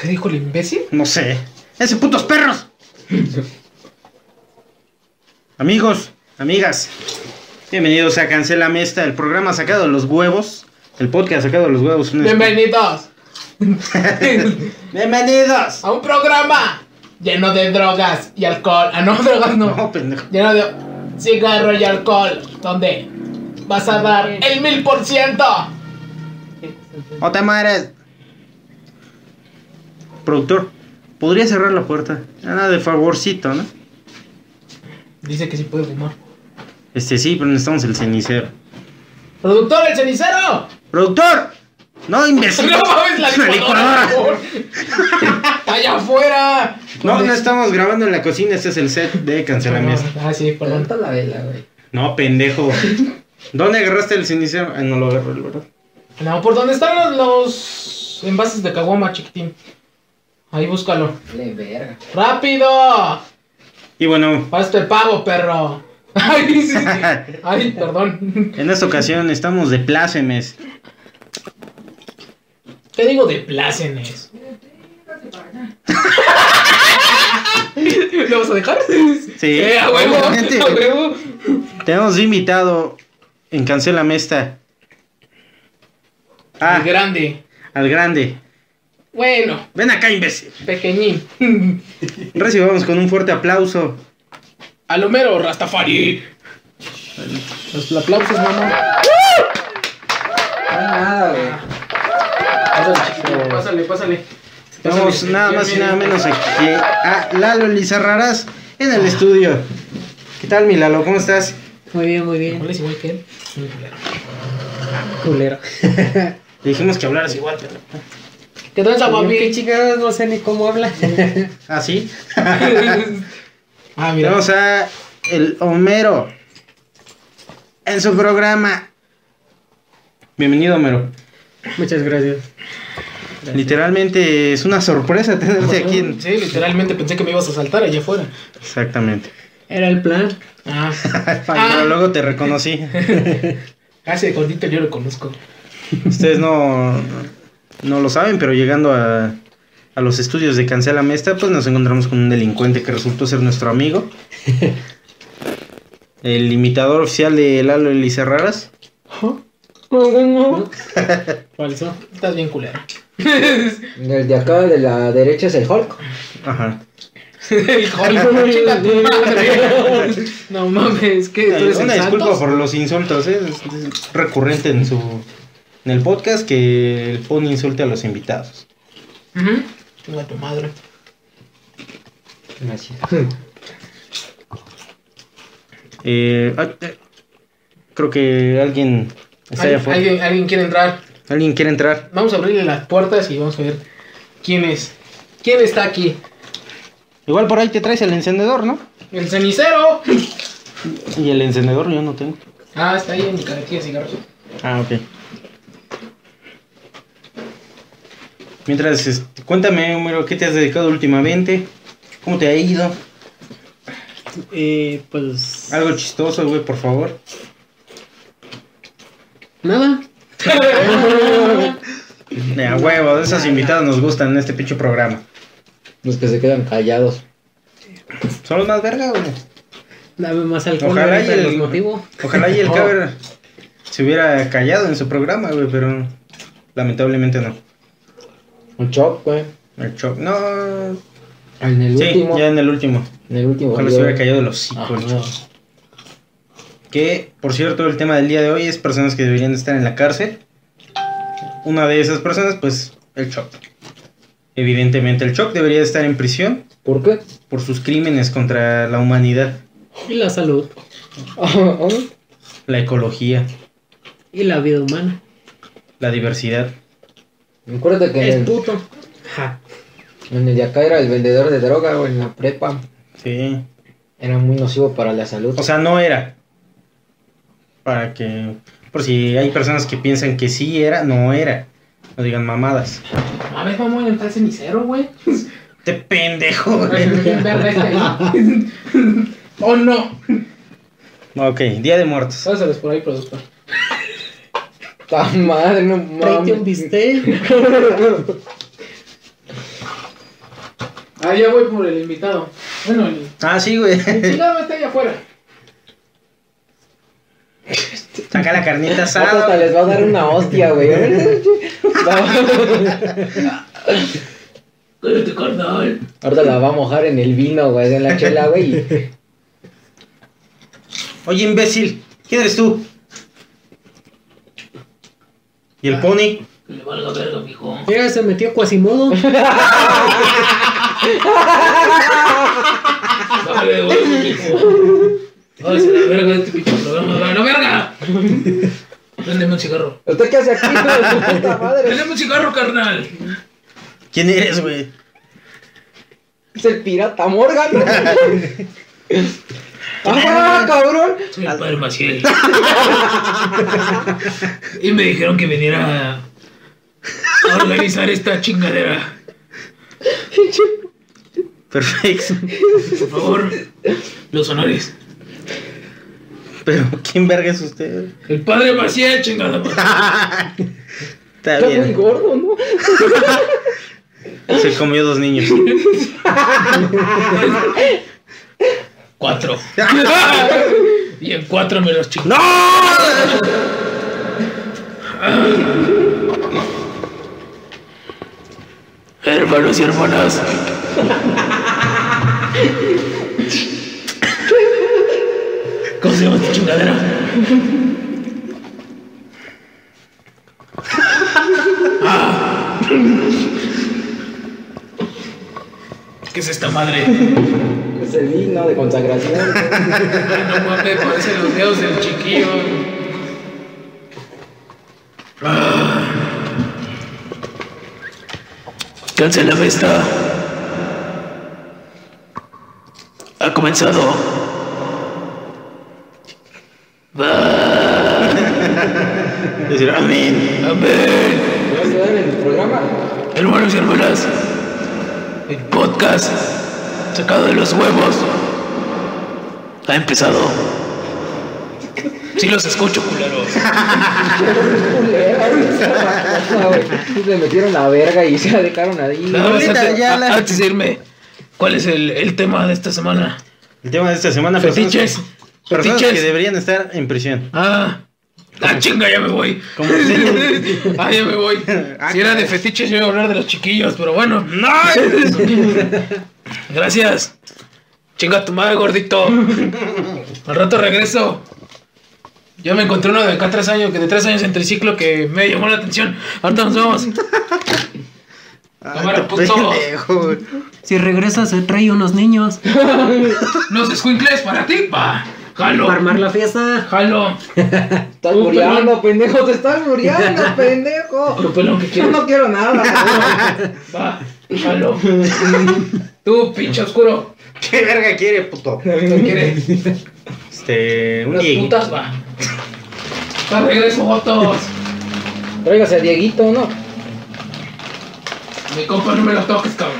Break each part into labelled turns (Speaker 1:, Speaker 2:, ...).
Speaker 1: ¿Qué dijo el imbécil?
Speaker 2: No sé. ¡Ese putos perros! Amigos, amigas, bienvenidos a Cancela Mesta, el programa sacado de los huevos, el podcast sacado de los huevos.
Speaker 1: Bienvenidos
Speaker 2: ¡Bienvenidos!
Speaker 1: a un programa lleno de drogas y alcohol. Ah, no, drogas no.
Speaker 2: No, pendejo.
Speaker 1: Lleno de cigarro y alcohol. Donde vas a dar el mil por ciento.
Speaker 2: ¡O te mueres! Productor, ¿podría cerrar la puerta? Nada de favorcito, ¿no?
Speaker 1: Dice que sí puede fumar.
Speaker 2: Este sí, pero necesitamos el cenicero.
Speaker 1: ¡Productor, el cenicero!
Speaker 2: ¡Productor! ¡No, imbécil!
Speaker 1: ¡No mames la licuadora! por favor. ¡Allá afuera!
Speaker 2: No, no estamos grabando en la cocina, este es el set de Cancela Mesta.
Speaker 1: Ah, sí, perdón.
Speaker 3: Levanta la vela, güey.
Speaker 2: No, pendejo. ¿Dónde agarraste el cenicero? Ay, no lo agarró, el verdad.
Speaker 1: No, por donde están los, los envases de caguama, chiquitín. Ahí búscalo.
Speaker 3: Le verga.
Speaker 1: ¡Rápido!
Speaker 2: Y bueno,
Speaker 1: Para este pavo, perro. Ay, sí, sí. Ay, perdón.
Speaker 2: en esta ocasión estamos de plácemes.
Speaker 1: ¿Qué digo de plácemes? ¿Lo vas a dejar?
Speaker 2: Sí.
Speaker 1: Eh, a huevo,
Speaker 2: Obviamente.
Speaker 1: a huevo.
Speaker 2: Tenemos invitado en Cancela Mesta. Ah,
Speaker 1: El grande.
Speaker 2: al grande.
Speaker 1: Bueno,
Speaker 2: Ven acá, imbécil.
Speaker 1: pequeñín.
Speaker 2: Recibamos con un fuerte aplauso.
Speaker 1: Al Homero Rastafari. Los aplausos, mamá.
Speaker 3: No hay nada, güey.
Speaker 1: Pásale, chiquito. Pásale, pásale.
Speaker 2: Tenemos
Speaker 1: Pásale.
Speaker 2: nada más y nada menos aquí a Lalo Lizarraras en el estudio. ¿Qué tal, mi Lalo? ¿Cómo estás?
Speaker 3: Muy bien, muy bien.
Speaker 1: ¿Cuál es igual que él? Muy culero.
Speaker 3: Culero.
Speaker 2: Le dijimos que hablaras igual, pero.
Speaker 1: ¿Qué tranza,
Speaker 3: Yo
Speaker 1: papi?
Speaker 3: qué chingados no sé ni cómo habla.
Speaker 2: ¿Ah, sí?
Speaker 1: ah, mira.
Speaker 2: Tenemos a el Homero en su programa. Bienvenido, Homero.
Speaker 3: Muchas gracias.
Speaker 2: Literalmente es una sorpresa tenerte este aquí. en-
Speaker 1: Sí, literalmente pensé que me ibas a saltar allá afuera.
Speaker 2: Exactamente.
Speaker 3: Era el plan.
Speaker 1: Ah,
Speaker 2: Pero luego te reconocí.
Speaker 1: casi de gordito yo lo conozco.
Speaker 2: Ustedes no, no lo saben, pero llegando a, a los estudios de Cancela Mesta, pues nos encontramos con un delincuente que resultó ser nuestro amigo. El imitador oficial de Lalo Elizarraras.
Speaker 1: Falso. Estás bien culero.
Speaker 3: El de acá de la derecha es el Hulk.
Speaker 2: Ajá.
Speaker 1: Hijo, chinga tu madre. no mames, que tú eres el
Speaker 2: Una disculpa
Speaker 1: Santos.
Speaker 2: por los insultos, ¿eh? es, es recurrente en su en el podcast que el pony insulte a los invitados.
Speaker 1: Ujú. Chinga tu madre.
Speaker 3: Gracias.
Speaker 2: Eh, ay, eh, creo que alguien está allá
Speaker 1: ¿Alguien,
Speaker 2: afuera.
Speaker 1: alguien, alguien quiere entrar.
Speaker 2: Alguien quiere entrar.
Speaker 1: Vamos a abrirle las puertas y vamos a ver quién es. ¿Quién está aquí?
Speaker 2: Igual por ahí te traes el encendedor, ¿no?
Speaker 1: El cenicero.
Speaker 2: Y el encendedor yo no tengo.
Speaker 1: Ah, está ahí en mi cajetilla de cigarros.
Speaker 2: Ah, ok. Mientras, este, cuéntame, Homero, ¿qué te has dedicado últimamente? ¿Cómo te ha ido?
Speaker 4: Eh, pues.
Speaker 2: Algo chistoso, güey, por favor.
Speaker 4: Nada.
Speaker 2: De Eh, a huevo, de esos invitados nos gustan en este pinche programa.
Speaker 3: Los que se quedan callados.
Speaker 2: ¿Son los más verga, güey?
Speaker 4: Dame más alcohol.
Speaker 2: Ojalá y
Speaker 4: ahorita
Speaker 2: el-
Speaker 4: los motivo.
Speaker 2: Ojalá y el
Speaker 1: No.
Speaker 2: caber se hubiera callado en su programa, güey, pero lamentablemente no.
Speaker 3: Un shock, güey.
Speaker 2: El shock, no.
Speaker 3: En el
Speaker 2: sí,
Speaker 3: último.
Speaker 2: ya en el último.
Speaker 3: En el último.
Speaker 2: Ojalá se hubiera callado el hocico.
Speaker 3: Ajá.
Speaker 2: el Choc. Que, por cierto, el tema del día de hoy es personas que deberían estar en la cárcel. Una de esas personas, pues, el shock. Evidentemente, el shock debería estar en prisión
Speaker 3: ¿Por qué?
Speaker 2: por sus crímenes contra la humanidad,
Speaker 4: Y la salud.
Speaker 3: Oh,
Speaker 2: la ecología,
Speaker 4: Y la vida humana.
Speaker 2: la diversidad.
Speaker 3: Recuerda que
Speaker 4: Es
Speaker 3: en el,
Speaker 4: puto. Ja.
Speaker 3: en el de acá era el vendedor de droga, güey, en la prepa.
Speaker 2: Sí.
Speaker 3: Era muy nocivo para la salud.
Speaker 2: O sea, no era. Para que. Por si hay personas que piensan que sí era, no era. No digan mamadas.
Speaker 1: A ver, vamos a inventar cenicero, güey.
Speaker 2: Te pendejo,
Speaker 1: Ay,
Speaker 2: güey.
Speaker 1: bien verde este ahí. Oh no.
Speaker 2: Ok, Día de Muertos.
Speaker 1: Sáselos por ahí, productor.
Speaker 3: Ta madre, no
Speaker 4: Tráete un
Speaker 3: mames.
Speaker 4: bistec.
Speaker 1: Ah, ya voy por el invitado. Bueno, el
Speaker 2: Ah, sí, güey.
Speaker 1: el chingado está allá afuera.
Speaker 2: Saca la carnita
Speaker 3: Ahorita
Speaker 2: asada.
Speaker 3: hasta les va a dar una hostia, güey. Va-
Speaker 1: Cállate, este carnal.
Speaker 3: Ahorita la va a mojar en el vino, güey, en la chela, güey. y-
Speaker 2: Oye, imbécil, ¿quién eres tú? Y el pony.
Speaker 1: Que le valga verga, mijo.
Speaker 4: Mira, se metió Quasimodo.
Speaker 1: Dale, güey, mijo. Ay, se la verga de este pinche programa. güey. ¡No, verga! Préndeme un cigarro.
Speaker 3: ¿Usted qué hace aquí, hijo de su puta madre?
Speaker 1: ¡Préndeme un cigarro, carnal!
Speaker 2: ¿Quién eres, güey?
Speaker 3: Es el pirata Morgan. ¡Ah, cabrón!
Speaker 1: Soy el padre Maciel. y me dijeron que viniera a organizar esta chingadera.
Speaker 2: Perfecto.
Speaker 1: Por favor, los honores.
Speaker 2: Pero, ¿quién verga es usted?
Speaker 1: El padre Maciel, chingada madre.
Speaker 2: Está
Speaker 3: Está muy
Speaker 2: bien.
Speaker 3: gordo, ¿no?
Speaker 2: Se comió dos niños.
Speaker 1: Cuatro. y en cuatro me los chingó.
Speaker 2: ¡No!
Speaker 1: Hermanos y hermanas. ¿Cómo se llama esta chingadera? Ah. ¿Qué es esta madre?
Speaker 3: Es el vino de consagración.
Speaker 1: Ay, No mames, parece los dedos del chiquillo.
Speaker 5: la Festa ha comenzado.
Speaker 2: Decir, amén.
Speaker 5: Amén.
Speaker 3: ¿Vas a dar en el programa?
Speaker 5: Hermanos y hermanas, el podcast sacado de los huevos ha empezado.
Speaker 1: Sí los escucho, culeros.
Speaker 3: Le metieron la verga y se la dejaron ahí.
Speaker 1: Nada más
Speaker 2: Ahorita
Speaker 1: antes,
Speaker 2: ya
Speaker 1: a-
Speaker 2: la-
Speaker 1: antes de irme, ¿cuál es el, el tema de esta semana?
Speaker 2: El tema de esta semana, personas,
Speaker 1: Fetiches.
Speaker 2: personas que
Speaker 1: Fetiches.
Speaker 2: deberían estar en prisión.
Speaker 1: Ah, la chinga, ya me voy.
Speaker 2: Como se-
Speaker 1: Ah, ya me voy. Si era de fetiches, yo iba a hablar de los chiquillos, pero bueno.
Speaker 2: ¡No!
Speaker 1: Gracias. Chinga tu madre, gordito. Al rato regreso. Yo me encontré uno de acá tres años, que de tres años en triciclo que me llamó la atención. Ahorita nos vemos. pues,
Speaker 2: Ay,
Speaker 1: puto.
Speaker 2: pendejo, güey.
Speaker 4: Si regresas, se trae unos niños.
Speaker 1: Los escuincles para ti, pa. Jalo.
Speaker 4: Para armar la fiesta.
Speaker 1: Jalo.
Speaker 3: Estás
Speaker 1: Un
Speaker 3: muriendo, pendejo. Te estás muriendo, pendejo.
Speaker 1: Tu pelón que
Speaker 3: Yo
Speaker 1: quieres.
Speaker 3: no quiero nada.
Speaker 1: Va, jalo. Tú, pinche oscuro.
Speaker 2: ¿Qué verga quiere, puto?
Speaker 1: ¿Qué quieres?
Speaker 2: Este, un
Speaker 1: Unas
Speaker 2: dieguito.
Speaker 1: putas, va. Va, regreso, Jotos.
Speaker 3: Tráigase a Dieguito, ¿no?
Speaker 1: Mi compa, no me lo toques, cabrón.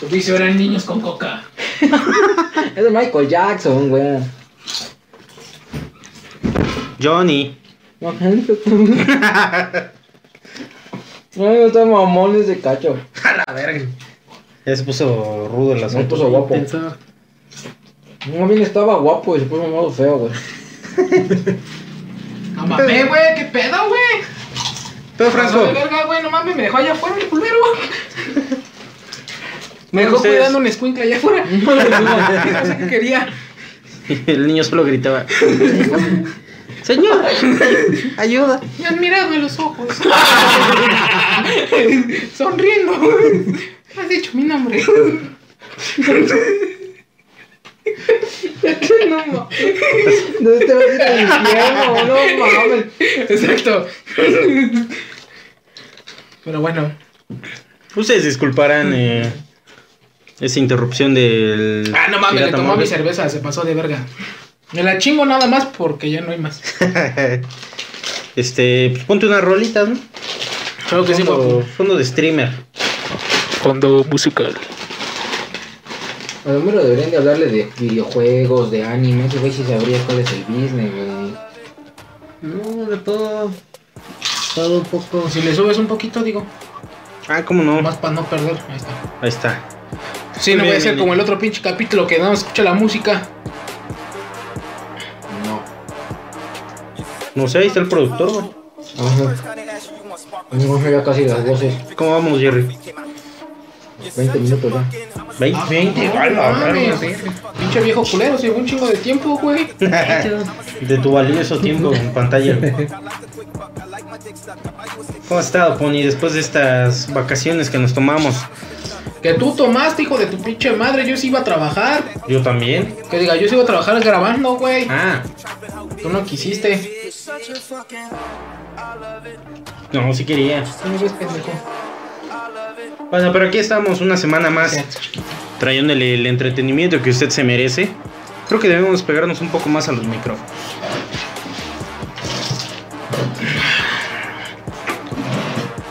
Speaker 1: Tu vicio eran niños con coca.
Speaker 3: Es de Michael Jackson, güey.
Speaker 2: Johnny.
Speaker 3: No, no están mamones de cacho.
Speaker 2: Ya se puso rudo el
Speaker 3: Se
Speaker 2: asunto.
Speaker 3: puso guapo.
Speaker 4: Pensaba.
Speaker 3: No bien estaba guapo y se puso modo feo, güey.
Speaker 1: No mames, güey, qué pedo, güey.
Speaker 2: Pero, Franco,
Speaker 1: Pasó de verga, güey, no mames, me dejó allá afuera el culero. Me
Speaker 2: Bueno,
Speaker 1: dejó
Speaker 2: ustedes-
Speaker 1: cuidando un escuincle allá afuera. No sé qué quería.
Speaker 2: el niño solo gritaba. Señor, ayuda.
Speaker 1: Me han mirado a los ojos. Sonriendo. Has dicho mi nombre.
Speaker 3: No mames. No te vas a ir al infierno, no mames.
Speaker 1: Exacto. Pero bueno.
Speaker 2: Ustedes disculparán eh, Esa interrupción del.
Speaker 1: Ah, no mames, le
Speaker 2: pirata
Speaker 1: tomó
Speaker 2: Morgan.
Speaker 1: mi cerveza, se pasó de verga. Me la chingo nada más porque ya no hay más.
Speaker 2: Este, pues ponte unas rolitas, ¿no?
Speaker 1: Creo que sí,
Speaker 2: fondo,
Speaker 1: guapo.
Speaker 2: fondo de streamer.
Speaker 5: Fondo musical.
Speaker 3: A lo mejor deberían de hablarle de videojuegos, de anime, ese güey sí sabría cuál es el business, güey.
Speaker 4: No, de todo. Todo un poco.
Speaker 1: Si le subes un poquito, digo,
Speaker 2: Ah, cómo no.
Speaker 1: más para no perder. Ahí está.
Speaker 2: Ahí está.
Speaker 1: Sí, no voy a
Speaker 2: Bien,
Speaker 1: ser
Speaker 2: bien,
Speaker 1: como el otro pinche capítulo que nada más escucha la música.
Speaker 3: No.
Speaker 2: No sé, ahí está el productor, güey.
Speaker 3: Ajá. No me veo casi las voces.
Speaker 2: ¿Cómo vamos, Jerry?
Speaker 3: 20 minutos ya.
Speaker 2: 20, 20.
Speaker 1: No
Speaker 2: a la
Speaker 1: mames, eh,
Speaker 2: verga.
Speaker 1: Pinche viejo culero, se llevó un chingo de tiempo, güey.
Speaker 2: De tu valioso tiempo en pantalla. ¿Cómo has estado, Pony, después de estas vacaciones que nos tomamos?
Speaker 1: Que tú tomaste, hijo de tu pinche madre, yo sí iba a trabajar.
Speaker 2: Yo también.
Speaker 1: Que diga, yo sí iba a trabajar grabando, güey.
Speaker 2: Ah,
Speaker 1: Tú no quisiste.
Speaker 2: no, sí quería.
Speaker 1: Tú no eres pendejo.
Speaker 2: Bueno, pero aquí estamos una semana más trayéndole el entretenimiento que usted se merece. Creo que debemos pegarnos un poco más a los micrófonos.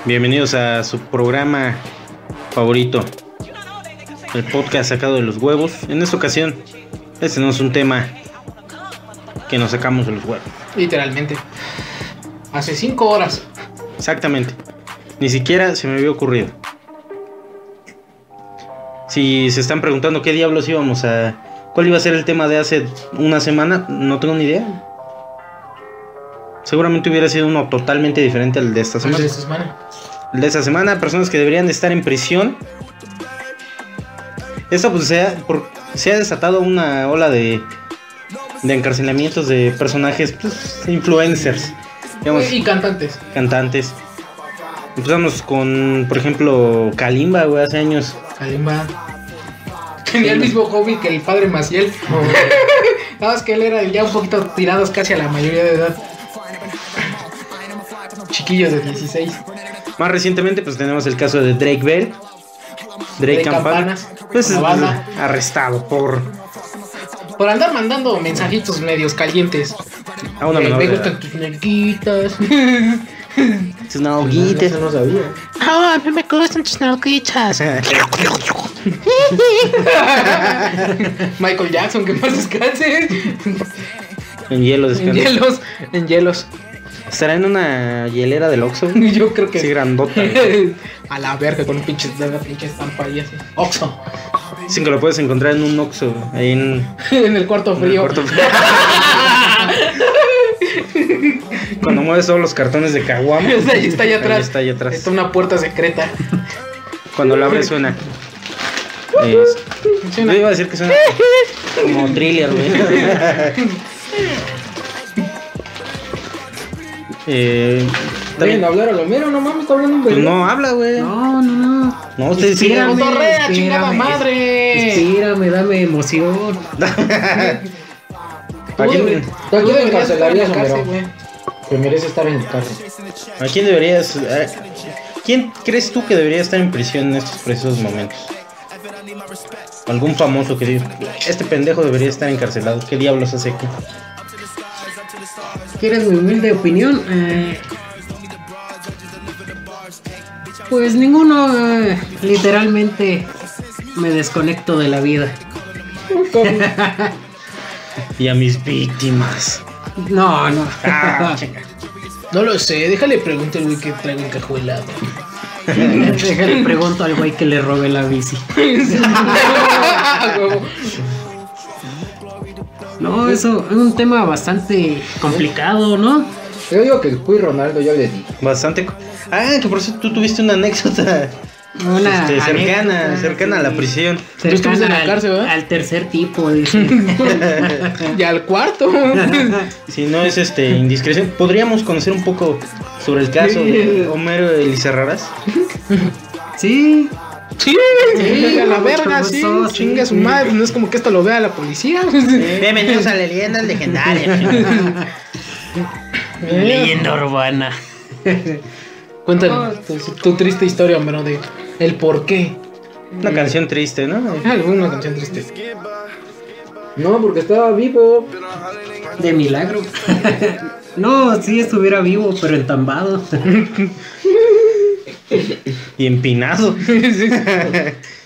Speaker 2: Bienvenidos a su programa favorito, el podcast sacado de los huevos. En esta ocasión, este no es un tema que nos sacamos de los huevos.
Speaker 1: Literalmente. Hace cinco horas.
Speaker 2: Exactamente. Ni siquiera se me había ocurrido. Si se están preguntando qué diablos íbamos a... ¿Cuál iba a ser el tema de hace una semana? No tengo ni idea. Seguramente hubiera sido uno totalmente diferente al de esta
Speaker 1: Hace
Speaker 2: semana.
Speaker 1: esta semana.
Speaker 2: El de esta semana, personas que deberían de estar en prisión. Esto pues se ha, por- se ha desatado una ola de, de encarcelamientos de personajes, pues, influencers. Digamos,
Speaker 1: Y cantantes.
Speaker 2: cantantes. Empezamos con, por ejemplo, Kalimba, güey, hace años.
Speaker 1: Kalimba. Tenía el mismo hobby que el padre Maciel. Nada más que él era ya un poquito tirados casi a la mayoría de edad. Chiquillos de 16.
Speaker 2: Más recientemente, pues tenemos el caso de Drake Bell.
Speaker 1: Drake
Speaker 2: Drake, Campana.
Speaker 1: Campana,
Speaker 2: Pues es
Speaker 1: Habana.
Speaker 2: arrestado por
Speaker 1: Por andar mandando mensajitos medios calientes.
Speaker 2: a una
Speaker 1: Eh,
Speaker 2: menor
Speaker 1: me
Speaker 2: de
Speaker 1: gustan
Speaker 2: edad.
Speaker 1: tus nalguitas.
Speaker 2: Sus nalguitas.
Speaker 3: Eso no sabía.
Speaker 6: Ah, a mí me gustan tus nalguitas.
Speaker 1: Michael Jackson, que más descanse.
Speaker 2: en hielo
Speaker 1: en
Speaker 2: descansa.
Speaker 1: hielos, en hielos.
Speaker 2: Estará en una hielera del Oxxo. güey?
Speaker 1: Yo creo que
Speaker 2: Sí, grandota.
Speaker 1: A la verga con un pinche, una pinche estampa ahí así. Oxo.
Speaker 2: Dicen que lo puedes encontrar en un Oxxo. güey, Ahí en,
Speaker 1: en el cuarto
Speaker 2: en el
Speaker 1: frío.
Speaker 2: cuarto. Cuando mueves todos los cartones de caguama.
Speaker 1: Está ahí, está allá atrás.
Speaker 2: Está ahí atrás.
Speaker 1: Está una puerta secreta.
Speaker 2: Cuando lo abres suena. Es-
Speaker 1: Suena.
Speaker 2: Yo iba a decir que suena como thriller, güey. Eh, también-
Speaker 3: Deben hablar a lo mero, no mames, está hablando un
Speaker 2: pues
Speaker 3: bebé.
Speaker 2: no habla, güey. No,
Speaker 4: No, no, no.
Speaker 2: ustedes sí.
Speaker 1: Pues,
Speaker 4: Espérame,
Speaker 1: ¡Cotorrea,
Speaker 4: espérame.
Speaker 1: chingada madre!
Speaker 4: Espérame, dame emoción.
Speaker 2: ¿A quién,
Speaker 3: ¿Tú a quién
Speaker 1: deberías
Speaker 3: encarcelarías,
Speaker 1: estar en la cárcel,
Speaker 3: Homero? Que merece estar en cárcel.
Speaker 2: a quién deberías.? a- ¿Quién crees tú que debería estar en prisión en estos precisos momentos? Algún famoso que diga, este pendejo debería estar encarcelado. ¿Qué diablos hace aquí?
Speaker 4: ¿Quieres mi humilde opinión? Eh, pues ninguno, eh, literalmente me desconecto de la vida.
Speaker 2: Y a mis víctimas.
Speaker 4: No, no.
Speaker 2: Ah, chinga.
Speaker 1: No lo sé, déjale preguntar güey que traigo encajuelado.
Speaker 4: Déjale pregunto al güey que le robé la bici.
Speaker 1: A huevo.
Speaker 4: No, eso es un tema bastante complicado, ¿no?
Speaker 3: Yo digo que el Puy Ronaldo ya le di.
Speaker 2: Bastante. co- Ah, que por eso tú tuviste una anécdota
Speaker 4: Una
Speaker 2: este, cercana,
Speaker 4: anécdota,
Speaker 2: cercana a la
Speaker 4: sí.
Speaker 2: prisión.
Speaker 1: Tú estuviste en la
Speaker 4: al-
Speaker 1: cárcel, ¿verdad?
Speaker 4: Al tercer tipo, dice.
Speaker 1: Y al cuarto.
Speaker 2: Si no es este indiscreción, podríamos conocer un poco sobre el caso de Homero Elizarraras.
Speaker 4: sí,
Speaker 1: Sí, sí, a la verga, sí.
Speaker 4: pasó, sí,
Speaker 1: Chinga su
Speaker 4: sí.
Speaker 1: madre, pues no es como que esto lo vea la policía.
Speaker 2: Bienvenidos a leyendas legendarias.
Speaker 4: leyenda urbana.
Speaker 1: Cuéntanos tu, tu triste historia, Homero, de el por qué
Speaker 2: Una canción triste, ¿no?
Speaker 1: Alguna canción triste.
Speaker 3: No, porque estaba vivo.
Speaker 4: De milagro. no, si estuviera vivo, pero entambado.
Speaker 2: Y empinado.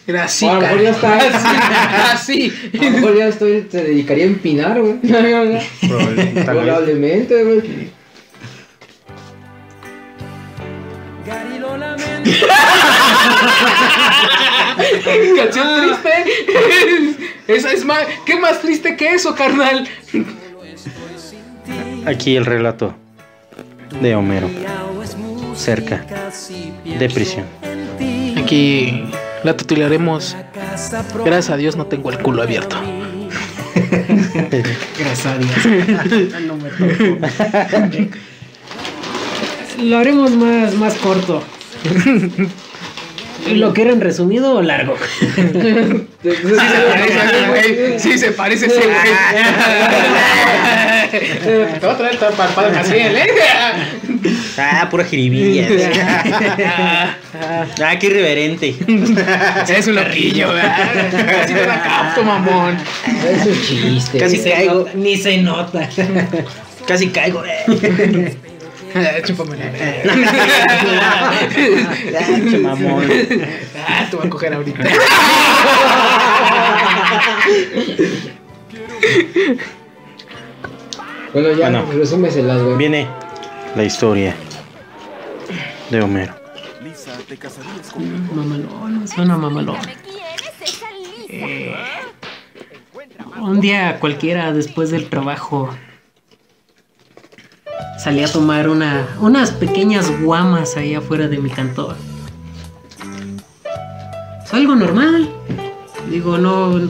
Speaker 1: Era así,
Speaker 3: A lo mejor ya está.
Speaker 1: cara. Así,
Speaker 3: A lo
Speaker 1: así.
Speaker 3: mejor ya estoy, te dedicaría a empinar, güey.
Speaker 2: Probable- tal vez.
Speaker 3: Probablemente, güey.
Speaker 1: Canción triste. Esa es más. ¿Qué más triste que eso, carnal?
Speaker 2: Aquí el relato de Homero. Cerca de prisión.
Speaker 1: Aquí la titularemos. Gracias a Dios no tengo el culo abierto.
Speaker 4: Gracias a Dios. no me tocó. Lo haremos más, más corto. ¿Lo quieren resumido o largo?
Speaker 1: Sí se parece a ese güey. Sí se parece a ese güey. Te voy a traer el palpado Maciel, ¿eh?
Speaker 2: Ah, pura jiribilla. ah, qué irreverente.
Speaker 1: Es un loquillo, ¿verdad? Así te la capto, mamón.
Speaker 3: Es un chiste.
Speaker 2: Casi caigo.
Speaker 4: nota- ni se nota.
Speaker 2: Casi caigo.
Speaker 1: Eh, Chúpame la verga.
Speaker 2: Pinche mamón.
Speaker 1: Ah, te voy a coger ahorita.
Speaker 3: Bueno, ya,
Speaker 2: Bueno.
Speaker 3: resúmeselas, güey.
Speaker 2: Viene la historia de Homero.
Speaker 4: Mamalón, suena mamalón. Un día cualquiera después del trabajo salí a tomar una, unas pequeñas guamas ahí afuera de mi cantor. Es algo normal. Digo, no,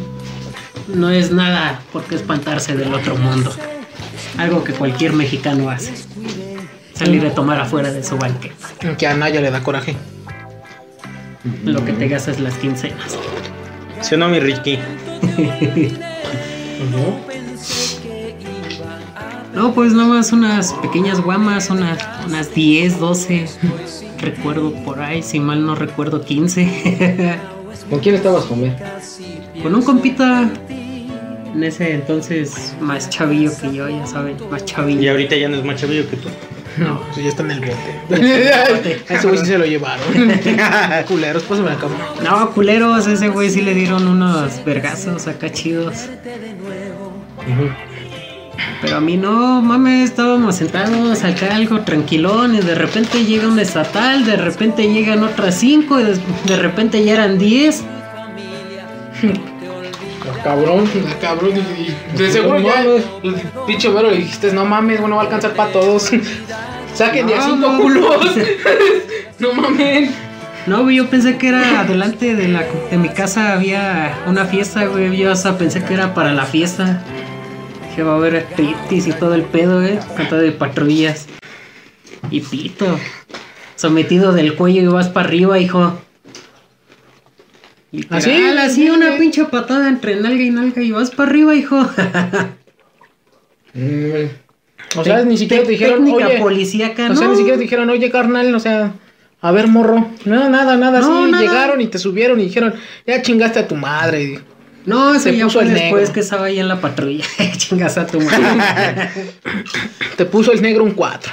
Speaker 4: no es nada por qué espantarse del otro mundo. Algo que cualquier mexicano hace. Salir a tomar afuera de su banqueta.
Speaker 1: Que a Naya le da coraje.
Speaker 4: Lo que te gastas las quincenas.
Speaker 2: ¿Sí o no, mi Ricky?
Speaker 4: No, pues nada más unas pequeñas guamas, unas, unas 10, 12. recuerdo por ahí, si mal no recuerdo, 15.
Speaker 3: ¿Con quién estabas comiendo?
Speaker 4: Con un compita en ese entonces más chavillo que yo, ya saben, más
Speaker 2: Y
Speaker 4: chavillo.
Speaker 2: ahorita ya no es más chavillo que tú.
Speaker 1: No, pues ya está en el bote. A ese güey sí se lo llevaron. Culeros, pues pásame la cámara.
Speaker 4: No, culeros, a ese güey sí le dieron unos vergazos acá chidos. Pero a mí no, mames, estábamos sentados acá algo tranquilón y de repente llega un estatal, de repente llegan otras cinco y des- de, repente ya eran 10.
Speaker 1: Ah, Cabrón, ah, cabrón. y- y De seguro
Speaker 3: No
Speaker 1: ya.
Speaker 3: mames.
Speaker 1: Pinche vero, dijiste, no mames, bueno, va a alcanzar para todos. Saquen de a
Speaker 4: No,
Speaker 1: cinco
Speaker 4: mames.
Speaker 1: culos. No mames.
Speaker 4: No, güey, yo pensé que era adelante de la de mi casa había una fiesta, güey. Yo hasta pensé que era para la fiesta. Que va a haber actrices y todo el pedo, eh. Cantado de patrullas. Y pito. Sometido del cuello y vas para arriba, hijo. Literal,
Speaker 1: Así,
Speaker 4: así,
Speaker 1: así,
Speaker 4: una
Speaker 1: güey.
Speaker 4: pinche patada entre nalga y nalga y vas para arriba, hijo.
Speaker 3: Mm,
Speaker 1: O sea, ni siquiera te dijeron,
Speaker 4: Técnica
Speaker 1: oye.
Speaker 4: policíaca,
Speaker 1: O sea,
Speaker 4: ¿no?
Speaker 1: ni siquiera te dijeron, oye, carnal, o sea. A ver, morro. No, nada, nada.
Speaker 4: No,
Speaker 1: sí,
Speaker 4: nada.
Speaker 1: llegaron y te subieron y dijeron, ya chingaste a tu madre.
Speaker 4: No, eso
Speaker 1: Te
Speaker 4: ya
Speaker 1: puso
Speaker 4: fue
Speaker 1: el
Speaker 4: después
Speaker 1: negro.
Speaker 4: que estaba ahí en la patrulla. Chingas a tu madre.
Speaker 1: Te puso el negro un 4.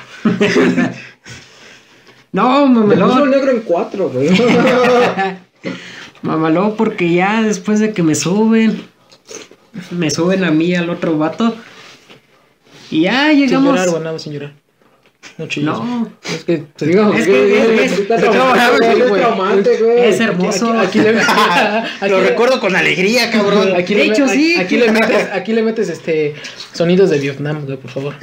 Speaker 4: no,
Speaker 3: Me puso el
Speaker 4: mamalón.
Speaker 3: negro en cuatro, güey.
Speaker 4: Mamalón, porque ya después de que me suben, me suben a mí al otro vato. Y ya
Speaker 1: Sin
Speaker 4: llegamos.
Speaker 1: llorar, bueno, sin llorar. No chilles.
Speaker 4: no,
Speaker 1: Es que se
Speaker 3: Digamos,
Speaker 4: Es
Speaker 3: güey,
Speaker 4: que es-
Speaker 3: está
Speaker 4: es-
Speaker 3: traumante,
Speaker 1: es-
Speaker 3: güey, traumante, güey.
Speaker 4: es hermoso.
Speaker 1: Aquí le, aquí
Speaker 2: Lo
Speaker 1: le-
Speaker 2: recuerdo con alegría, cabrón.
Speaker 1: Aquí
Speaker 4: De
Speaker 1: le,
Speaker 4: hecho,
Speaker 1: a-
Speaker 4: sí.
Speaker 1: Aquí le metes, aquí le metes este sonidos de Vietnam, güey, por favor.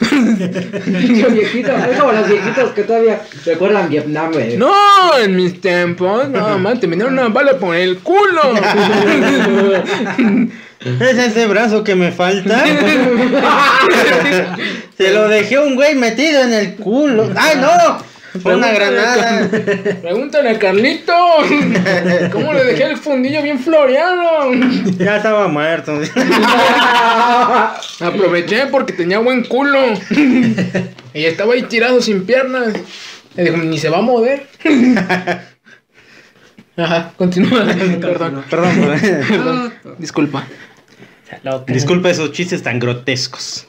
Speaker 3: Pinche viejita, es como las viejitas que todavía recuerdan Vietnam, güey.
Speaker 1: No, en mis tiempos, no, man, te metieron una bala por el culo.
Speaker 2: ¿Es ese brazo que me falta? Se lo dejé a un güey metido en el culo. ¡Ay, no! Fue una granada.
Speaker 1: Pregúntale a Carlito, ¿cómo le dejé el fundillo bien floreado?
Speaker 2: Ya estaba muerto.
Speaker 1: Aproveché porque tenía buen culo. Y estaba ahí tirado sin piernas. Le dijo, ni se va a mover. Ajá, continúa. Perdón.
Speaker 2: Perdón, perdón.
Speaker 1: Perdón. Disculpa.
Speaker 2: Disculpa esos chistes tan grotescos.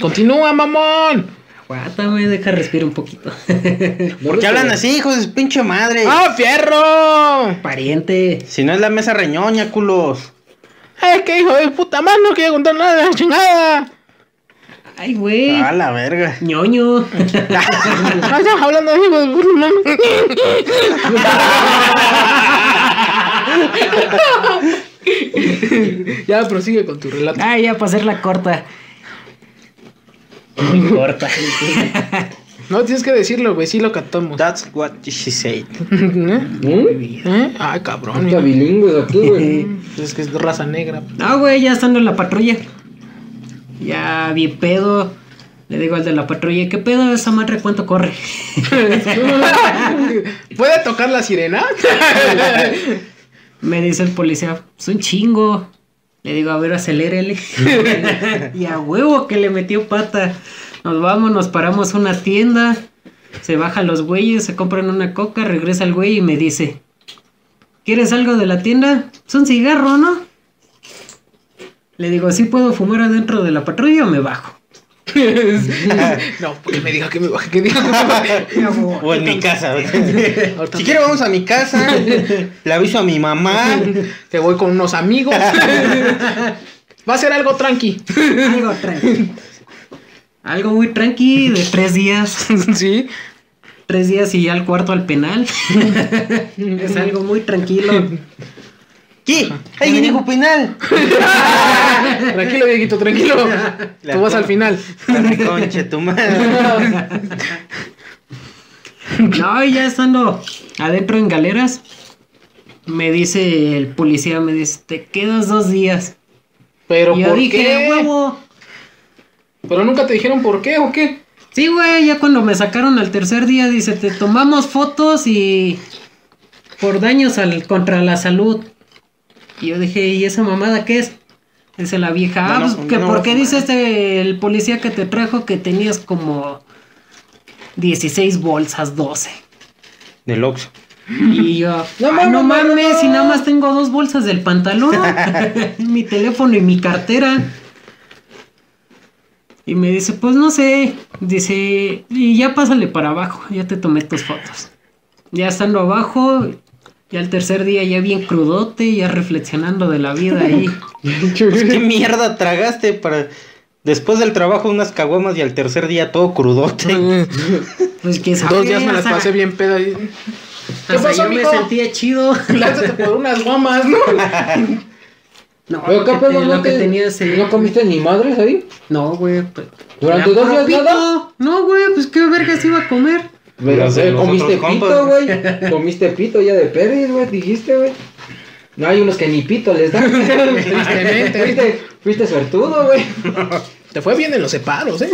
Speaker 1: Continúa, mamón.
Speaker 4: Aguanta, güey, deja respirar un poquito.
Speaker 2: ¿Por qué hablan así, hijos de su pinche madre?
Speaker 1: ¡Ah, fierro!
Speaker 4: Pariente.
Speaker 2: Si no es la mesa reñoña, culos.
Speaker 1: Es que hijo de puta más no quiero contar nada de la chingada.
Speaker 4: Ay, güey.
Speaker 1: Ah.
Speaker 2: A la verga.
Speaker 4: Ñoño.
Speaker 1: No estamos hablando de hijo de puta. ya prosigue con tu relato.
Speaker 4: Ah, ya, para hacerla corta. Muy corta.
Speaker 1: No tienes que decirlo, güey, sí lo cantamos.
Speaker 2: That's what she said.
Speaker 1: ¿Eh?
Speaker 3: ¿Mm?
Speaker 1: ¿Eh? Ay, cabrón.
Speaker 3: Está bilingüe aquí, güey.
Speaker 1: Es que es raza negra.
Speaker 4: No, güey, ya estando en la patrulla. Ya bien pedo. Le digo al de la patrulla, ¿qué pedo esa madre cuánto corre?
Speaker 1: ¿Puede tocar la sirena?
Speaker 4: Me dice el policía, es un chingo. Le digo, a ver, acelérele. y a huevo que le metió pata. Nos vamos, nos paramos a una tienda. Se bajan los güeyes, se compran una coca, regresa el güey y me dice, ¿quieres algo de la tienda? Es un cigarro, ¿no? Le digo, ¿sí puedo fumar adentro de la patrulla o me bajo?
Speaker 1: no, porque me diga que me baje, que diga que me baje.
Speaker 2: O en mi casa.
Speaker 1: Ahorita
Speaker 2: si quiere vamos a mi casa. Le aviso a mi mamá.
Speaker 1: Que voy con unos amigos. Va a ser algo tranqui.
Speaker 4: Algo tranqui. Algo muy tranqui de tres días.
Speaker 1: ¿Sí?
Speaker 4: Tres días y ya al cuarto al penal. es algo muy tranquilo.
Speaker 2: ¿Qué? ¡Ahí viene hijo penal!
Speaker 1: Tranquilo, Dieguito, tranquilo. Tú vas al final.
Speaker 2: Dame conche, tu madre.
Speaker 4: No, y ya estando adentro en galeras, me dice el policía, me dice, te quedas dos días.
Speaker 1: Pero
Speaker 4: Y yo
Speaker 1: ¿por
Speaker 4: dije,
Speaker 1: qué?
Speaker 4: huevo.
Speaker 1: Pero nunca te dijeron por qué o qué.
Speaker 4: Sí, güey, ya cuando me sacaron al tercer día, dice, te tomamos fotos y por daños al, contra la salud. Y yo dije, ¿y esa mamada qué es? Dice la vieja, ah,
Speaker 2: No, no,
Speaker 4: pues, que
Speaker 2: no,
Speaker 4: ¿por
Speaker 2: no,
Speaker 4: qué
Speaker 2: no.
Speaker 4: dice este, el policía que te trajo que tenías como 16 bolsas, 12?
Speaker 2: Del Oxxo.
Speaker 4: Y yo, "Ah,
Speaker 1: No
Speaker 4: no,
Speaker 1: mames,
Speaker 4: no
Speaker 1: no, no,
Speaker 4: mames,
Speaker 1: no.
Speaker 4: si nada más tengo dos bolsas del pantalón, mi teléfono y mi cartera. Y me dice, pues no sé, dice, y ya pásale para abajo, ya te tomé tus fotos. Ya estando abajo, ya el tercer día ya bien crudote, ya reflexionando de la vida ahí.
Speaker 2: Pues, ¿Qué mierda tragaste para... Después del trabajo unas caguamas y al tercer día todo crudote.
Speaker 4: Pues que sabe,
Speaker 1: Dos días me las
Speaker 4: hasta-
Speaker 1: pasé bien pedo ahí. ¿Qué
Speaker 4: hasta
Speaker 1: pasó,
Speaker 4: yo me
Speaker 1: mijo?
Speaker 4: sentía chido.
Speaker 1: Lánzate por unas guamas, ¿no?
Speaker 4: No,
Speaker 3: Pero
Speaker 4: lo que
Speaker 3: capaz
Speaker 4: te-
Speaker 3: no,
Speaker 4: lo que
Speaker 3: te,
Speaker 4: tenías, eh,
Speaker 3: no comiste ni madres ahí.
Speaker 4: No, güey, pues.
Speaker 3: ¿Durante
Speaker 4: Era
Speaker 3: dos días
Speaker 4: puro
Speaker 3: nada?
Speaker 4: pito. No, güey, pues qué vergas iba a comer.
Speaker 3: Pero,
Speaker 2: Los de
Speaker 3: eh,
Speaker 2: los
Speaker 3: comiste
Speaker 2: otros
Speaker 3: pito,
Speaker 2: compas.
Speaker 3: güey. Comiste pito ya de perdiz, güey, dijiste, güey. No, hay unos que ni pito les dan.
Speaker 1: Tristemente.
Speaker 3: fuiste, fuiste suertudo, güey.
Speaker 1: Te fue bien en los separos, ¿eh?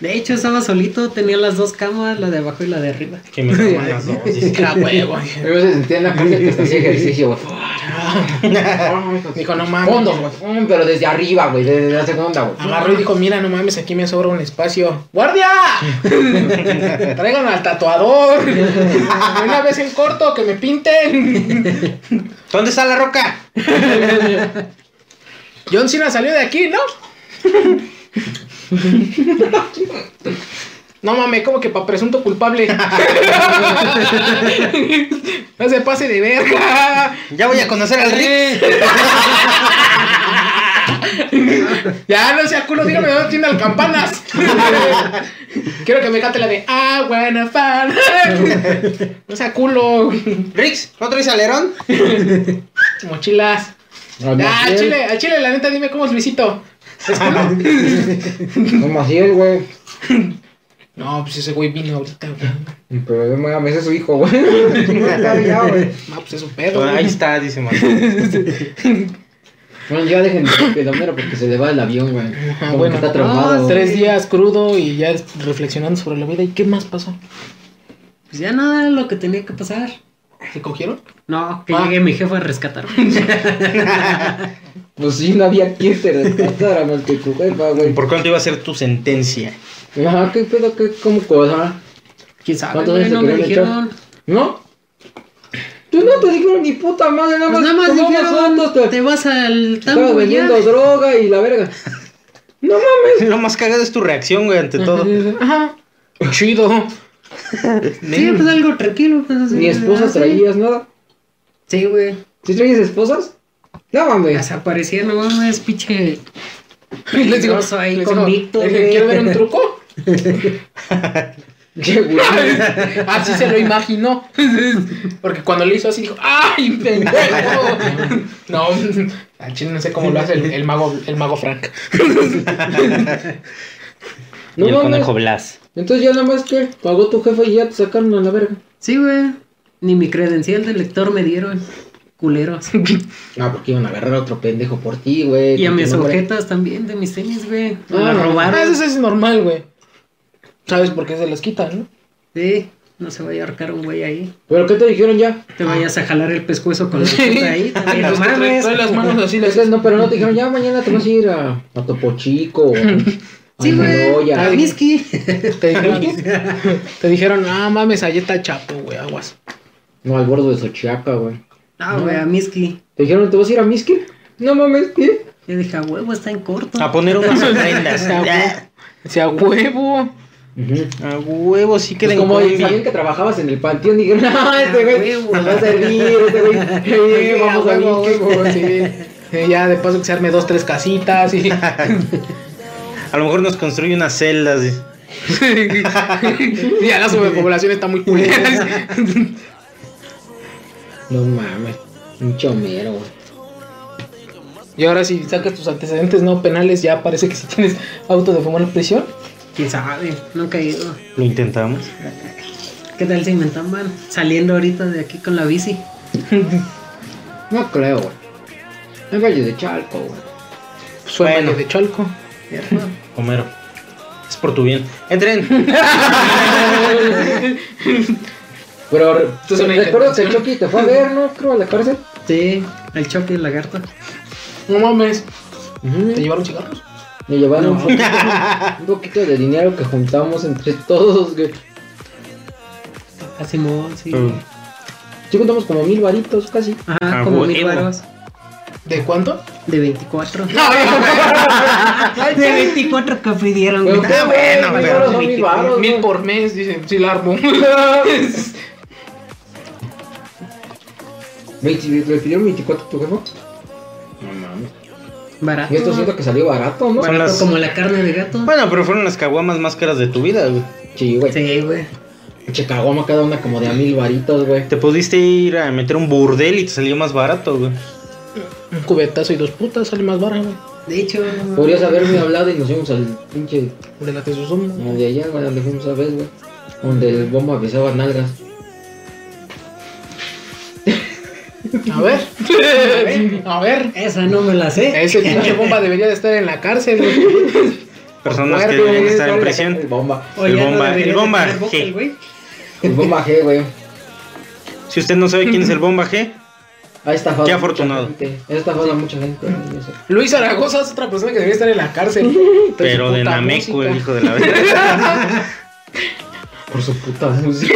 Speaker 4: De hecho, estaba solito, tenía las dos camas, la de abajo y la de arriba.
Speaker 2: Que me toman las dos.
Speaker 1: Ah, huevo.
Speaker 3: Luego se sentía en la panza que hasta hacía ejercicio, güey.
Speaker 1: Dijo, no mames.
Speaker 3: Fondo, güey. Mm, Pero desde arriba, güey, desde la segunda, güey.
Speaker 1: Agarró y dijo, mira, no mames, aquí me sobra un espacio. ¡Guardia! Traigan al tatuador. Una vez en corto, que me pinten.
Speaker 2: ¿Dónde está la roca?
Speaker 1: John Cena salió de aquí, ¿no? No mames, como que para presunto culpable. No se pase de verga.
Speaker 2: Ya voy a conocer al Rick.
Speaker 1: Ya, no sea culo, dígame dónde tiene las campanas. Quiero que me cante la de I wanna fan. No sea culo.
Speaker 2: Rix, ¿no traes alerón?
Speaker 1: Mochilas. Ah, al chile, al chile, la neta, dime cómo es Luisito. ¿Es culo?
Speaker 3: Como así él, güey.
Speaker 1: No, pues ese güey vino ahorita, güey.
Speaker 3: Pero no mames, es su hijo, güey. Ya, güey.
Speaker 1: No, pues es su pedo. güey.
Speaker 2: Ahí está, dice Marco.
Speaker 3: Bueno, ya dejen de pedomero porque se le va el avión, güey. Como
Speaker 1: bueno.
Speaker 3: que está traumado.
Speaker 4: Ah,
Speaker 3: güey.
Speaker 1: Tres días crudo y ya reflexionando sobre la vida. ¿Y qué más pasó?
Speaker 4: Pues ya nada, lo que tenía que pasar.
Speaker 1: ¿Se cogieron?
Speaker 4: No, que
Speaker 1: Ah.
Speaker 4: llegue mi jefe a rescatarme.
Speaker 3: Pues sí, no había quien te rescatara más que tu jefa, güey.
Speaker 2: ¿Por cuánto iba a ser tu sentencia?
Speaker 3: Ajá, qué pedo, qué, cómo cosa.
Speaker 4: ¿Quién sabe?
Speaker 3: ¿Cuántos
Speaker 4: güey?
Speaker 3: años te
Speaker 4: no me
Speaker 3: querían
Speaker 4: dijeron.
Speaker 3: ¿No? Tú no te dijeron ni puta madre, nada
Speaker 4: Pues
Speaker 3: más.
Speaker 4: nada más
Speaker 3: tomamos
Speaker 4: dijeron,
Speaker 3: fotos, te,
Speaker 4: te vas al
Speaker 3: estabas
Speaker 4: tambo y ya.
Speaker 3: vendiendo droga y la verga. No mames.
Speaker 2: Lo más cagado es tu reacción, güey, ante todo.
Speaker 3: Ajá.
Speaker 1: Chido.
Speaker 4: Sí, pues algo tranquilo. Pues, así,
Speaker 3: Ni esposas
Speaker 4: así.
Speaker 3: traías nada.
Speaker 4: Sí, güey.
Speaker 3: ¿Sí traías esposas? No mames.
Speaker 4: Desaparecía, no mames, pinche.
Speaker 1: Les digo,
Speaker 4: Peligroso ahí,
Speaker 1: les digo,
Speaker 4: convicto,
Speaker 1: "Oye,
Speaker 4: güey".
Speaker 1: ¿Quiere ver un truco?
Speaker 3: Qué güey.
Speaker 1: Así ah, se lo imaginó. Porque cuando lo hizo así dijo, ¡ay, pendejo! No, al chile no sé cómo lo hace el, el mago, el mago Frank.
Speaker 2: Y
Speaker 3: No
Speaker 2: el
Speaker 3: mames.
Speaker 2: conejo Blas.
Speaker 3: Entonces ya nada más que pagó tu jefe y ya te sacaron a la verga.
Speaker 4: Sí, güey. Ni mi credencial de lector me dieron. Culeros.
Speaker 3: Ah, porque iban a agarrar a otro pendejo por ti, güey.
Speaker 4: Y a
Speaker 3: con tu
Speaker 4: mis
Speaker 3: nombre.
Speaker 4: objetas también de mis tenis, güey. Me
Speaker 1: Ah,
Speaker 4: las robaron.
Speaker 1: ah, Eso es normal, güey. ¿Sabes por qué se los quitan, no?
Speaker 4: Sí, no se vaya a ahorcar un güey ahí.
Speaker 3: ¿Pero qué te dijeron ya?
Speaker 2: Ah.
Speaker 4: Te vayas a jalar el pescuezo con la puta ahí. también, no
Speaker 1: Los que traen
Speaker 4: mames.
Speaker 1: todas las manos así, las-
Speaker 3: Es que no, pero no te dijeron ya mañana te vas a ir a, a Topo Chico. o a
Speaker 4: Sí, güey.
Speaker 3: Maloya.
Speaker 4: A Miski.
Speaker 1: Te dijeron, te dijeron, ah, mames, ahí está Chapo, güey, aguas.
Speaker 3: No, al bordo de Xochiaca, güey.
Speaker 4: Ah, güey, a Miski.
Speaker 3: ¿Te dijeron te vas a ir a Miski? No mames, ¿qué?
Speaker 4: Yo dije, a huevo, está en corto.
Speaker 2: A poner unas ofrendas.
Speaker 1: Decía, huevo.
Speaker 2: A huevo, sí que
Speaker 3: Pues
Speaker 2: le
Speaker 3: como sabían que trabajabas en el panteón, dijeron, no, este güey
Speaker 4: huevo.
Speaker 3: nos va a servir, este güey,
Speaker 1: Sí,
Speaker 3: sí, vamos a
Speaker 1: huevo,
Speaker 3: Miski.
Speaker 1: huevo, sí. Sí, Ya de paso que se arme dos, tres casitas y.
Speaker 2: A lo mejor nos construye unas celdas. dice.
Speaker 1: ya la sobrepoblación está muy culera.
Speaker 3: No mames, un chomero, güey.
Speaker 1: Y ahora si sacas tus antecedentes no penales, ya parece que si tienes auto de fumar en prisión.
Speaker 4: Quién sabe, nunca he ido.
Speaker 2: Lo intentamos.
Speaker 4: ¿Qué tal si inventaban saliendo ahorita de aquí con la bici?
Speaker 3: No creo, güey. Es Valle de Chalco, güey.
Speaker 1: pues Fue
Speaker 2: Bueno.
Speaker 1: medio de Chalco.
Speaker 4: ¿cierto?
Speaker 2: Homero. Es por tu bien. Entren.
Speaker 3: Pero re-
Speaker 1: Esto es una
Speaker 3: recuerdo que el Chucky te fue a ver, ¿no? Creo a la cárcel.
Speaker 4: Sí, el choque del lagarto.
Speaker 1: No mames. ¿Te
Speaker 3: Me
Speaker 1: llevaron cigarros?
Speaker 3: llevaron un, poquito, un poquito de dinero que juntamos entre todos, güey.
Speaker 4: A Simón, sí.
Speaker 3: Sí juntamos como mil varitos casi.
Speaker 4: Ajá,
Speaker 2: Mm. A
Speaker 4: como
Speaker 2: huevo.
Speaker 4: mil varos.
Speaker 1: ¿De cuánto?
Speaker 4: De 24. de 24 que pidieron, Ah, güey.
Speaker 3: Pero qué
Speaker 2: bueno,
Speaker 3: güey,
Speaker 2: pero-
Speaker 3: son mil varos,
Speaker 1: Mil
Speaker 3: güey.
Speaker 1: por mes, dicen, sí, la armo.
Speaker 3: Veinti- ¿Le pidieron 24 a tu jefe? No mames.
Speaker 4: Barato.
Speaker 3: Y esto siento que salió barato, ¿no?
Speaker 4: Barato
Speaker 2: Son las-
Speaker 4: como la carne de gato.
Speaker 2: Bueno, pero fueron las caguamas más caras de tu vida, güey.
Speaker 3: Sí,
Speaker 2: Pues.
Speaker 3: güey.
Speaker 4: Sí, güey.
Speaker 3: Che, caguama cada una como de a mil varitos, güey.
Speaker 2: Te pudiste ir a meter un burdel y te salió más barato, güey.
Speaker 1: Un cubetazo y dos putas sale más barato, güey.
Speaker 4: De hecho,
Speaker 3: Podrías haberme hablado y nos fuimos al pinche.
Speaker 1: De la Tezuzum.
Speaker 3: al de allá, güey, donde fuimos a ver, güey. Donde el bombo avisaba nalgas.
Speaker 1: A ver. A ver.
Speaker 4: esa no me la sé.
Speaker 1: Ese pinche bomba debería de estar en la cárcel. güey.
Speaker 2: Personas que
Speaker 1: Acuerdo,
Speaker 2: deberían estar en
Speaker 3: Sale la-
Speaker 2: prisión.
Speaker 3: El bomba.
Speaker 4: O
Speaker 2: El
Speaker 4: ya
Speaker 2: bomba-
Speaker 4: debería
Speaker 2: el
Speaker 4: de
Speaker 2: bomba,
Speaker 4: tener boca,
Speaker 2: sí.
Speaker 4: el güey.
Speaker 3: El bomba G, güey.
Speaker 2: Si usted no sabe quién es el bomba G,
Speaker 3: Ha estafado.
Speaker 2: Qué
Speaker 3: a mucha
Speaker 2: afortunado.
Speaker 3: gente. Ha estafado a mucha gente. güey, yo sé.
Speaker 1: Luis Zaragoza es otra persona que debería estar en la cárcel. Entonces,
Speaker 2: pero de
Speaker 1: puta
Speaker 2: Nameco,
Speaker 1: música.
Speaker 2: el hijo de la verga.
Speaker 3: Por su puta música.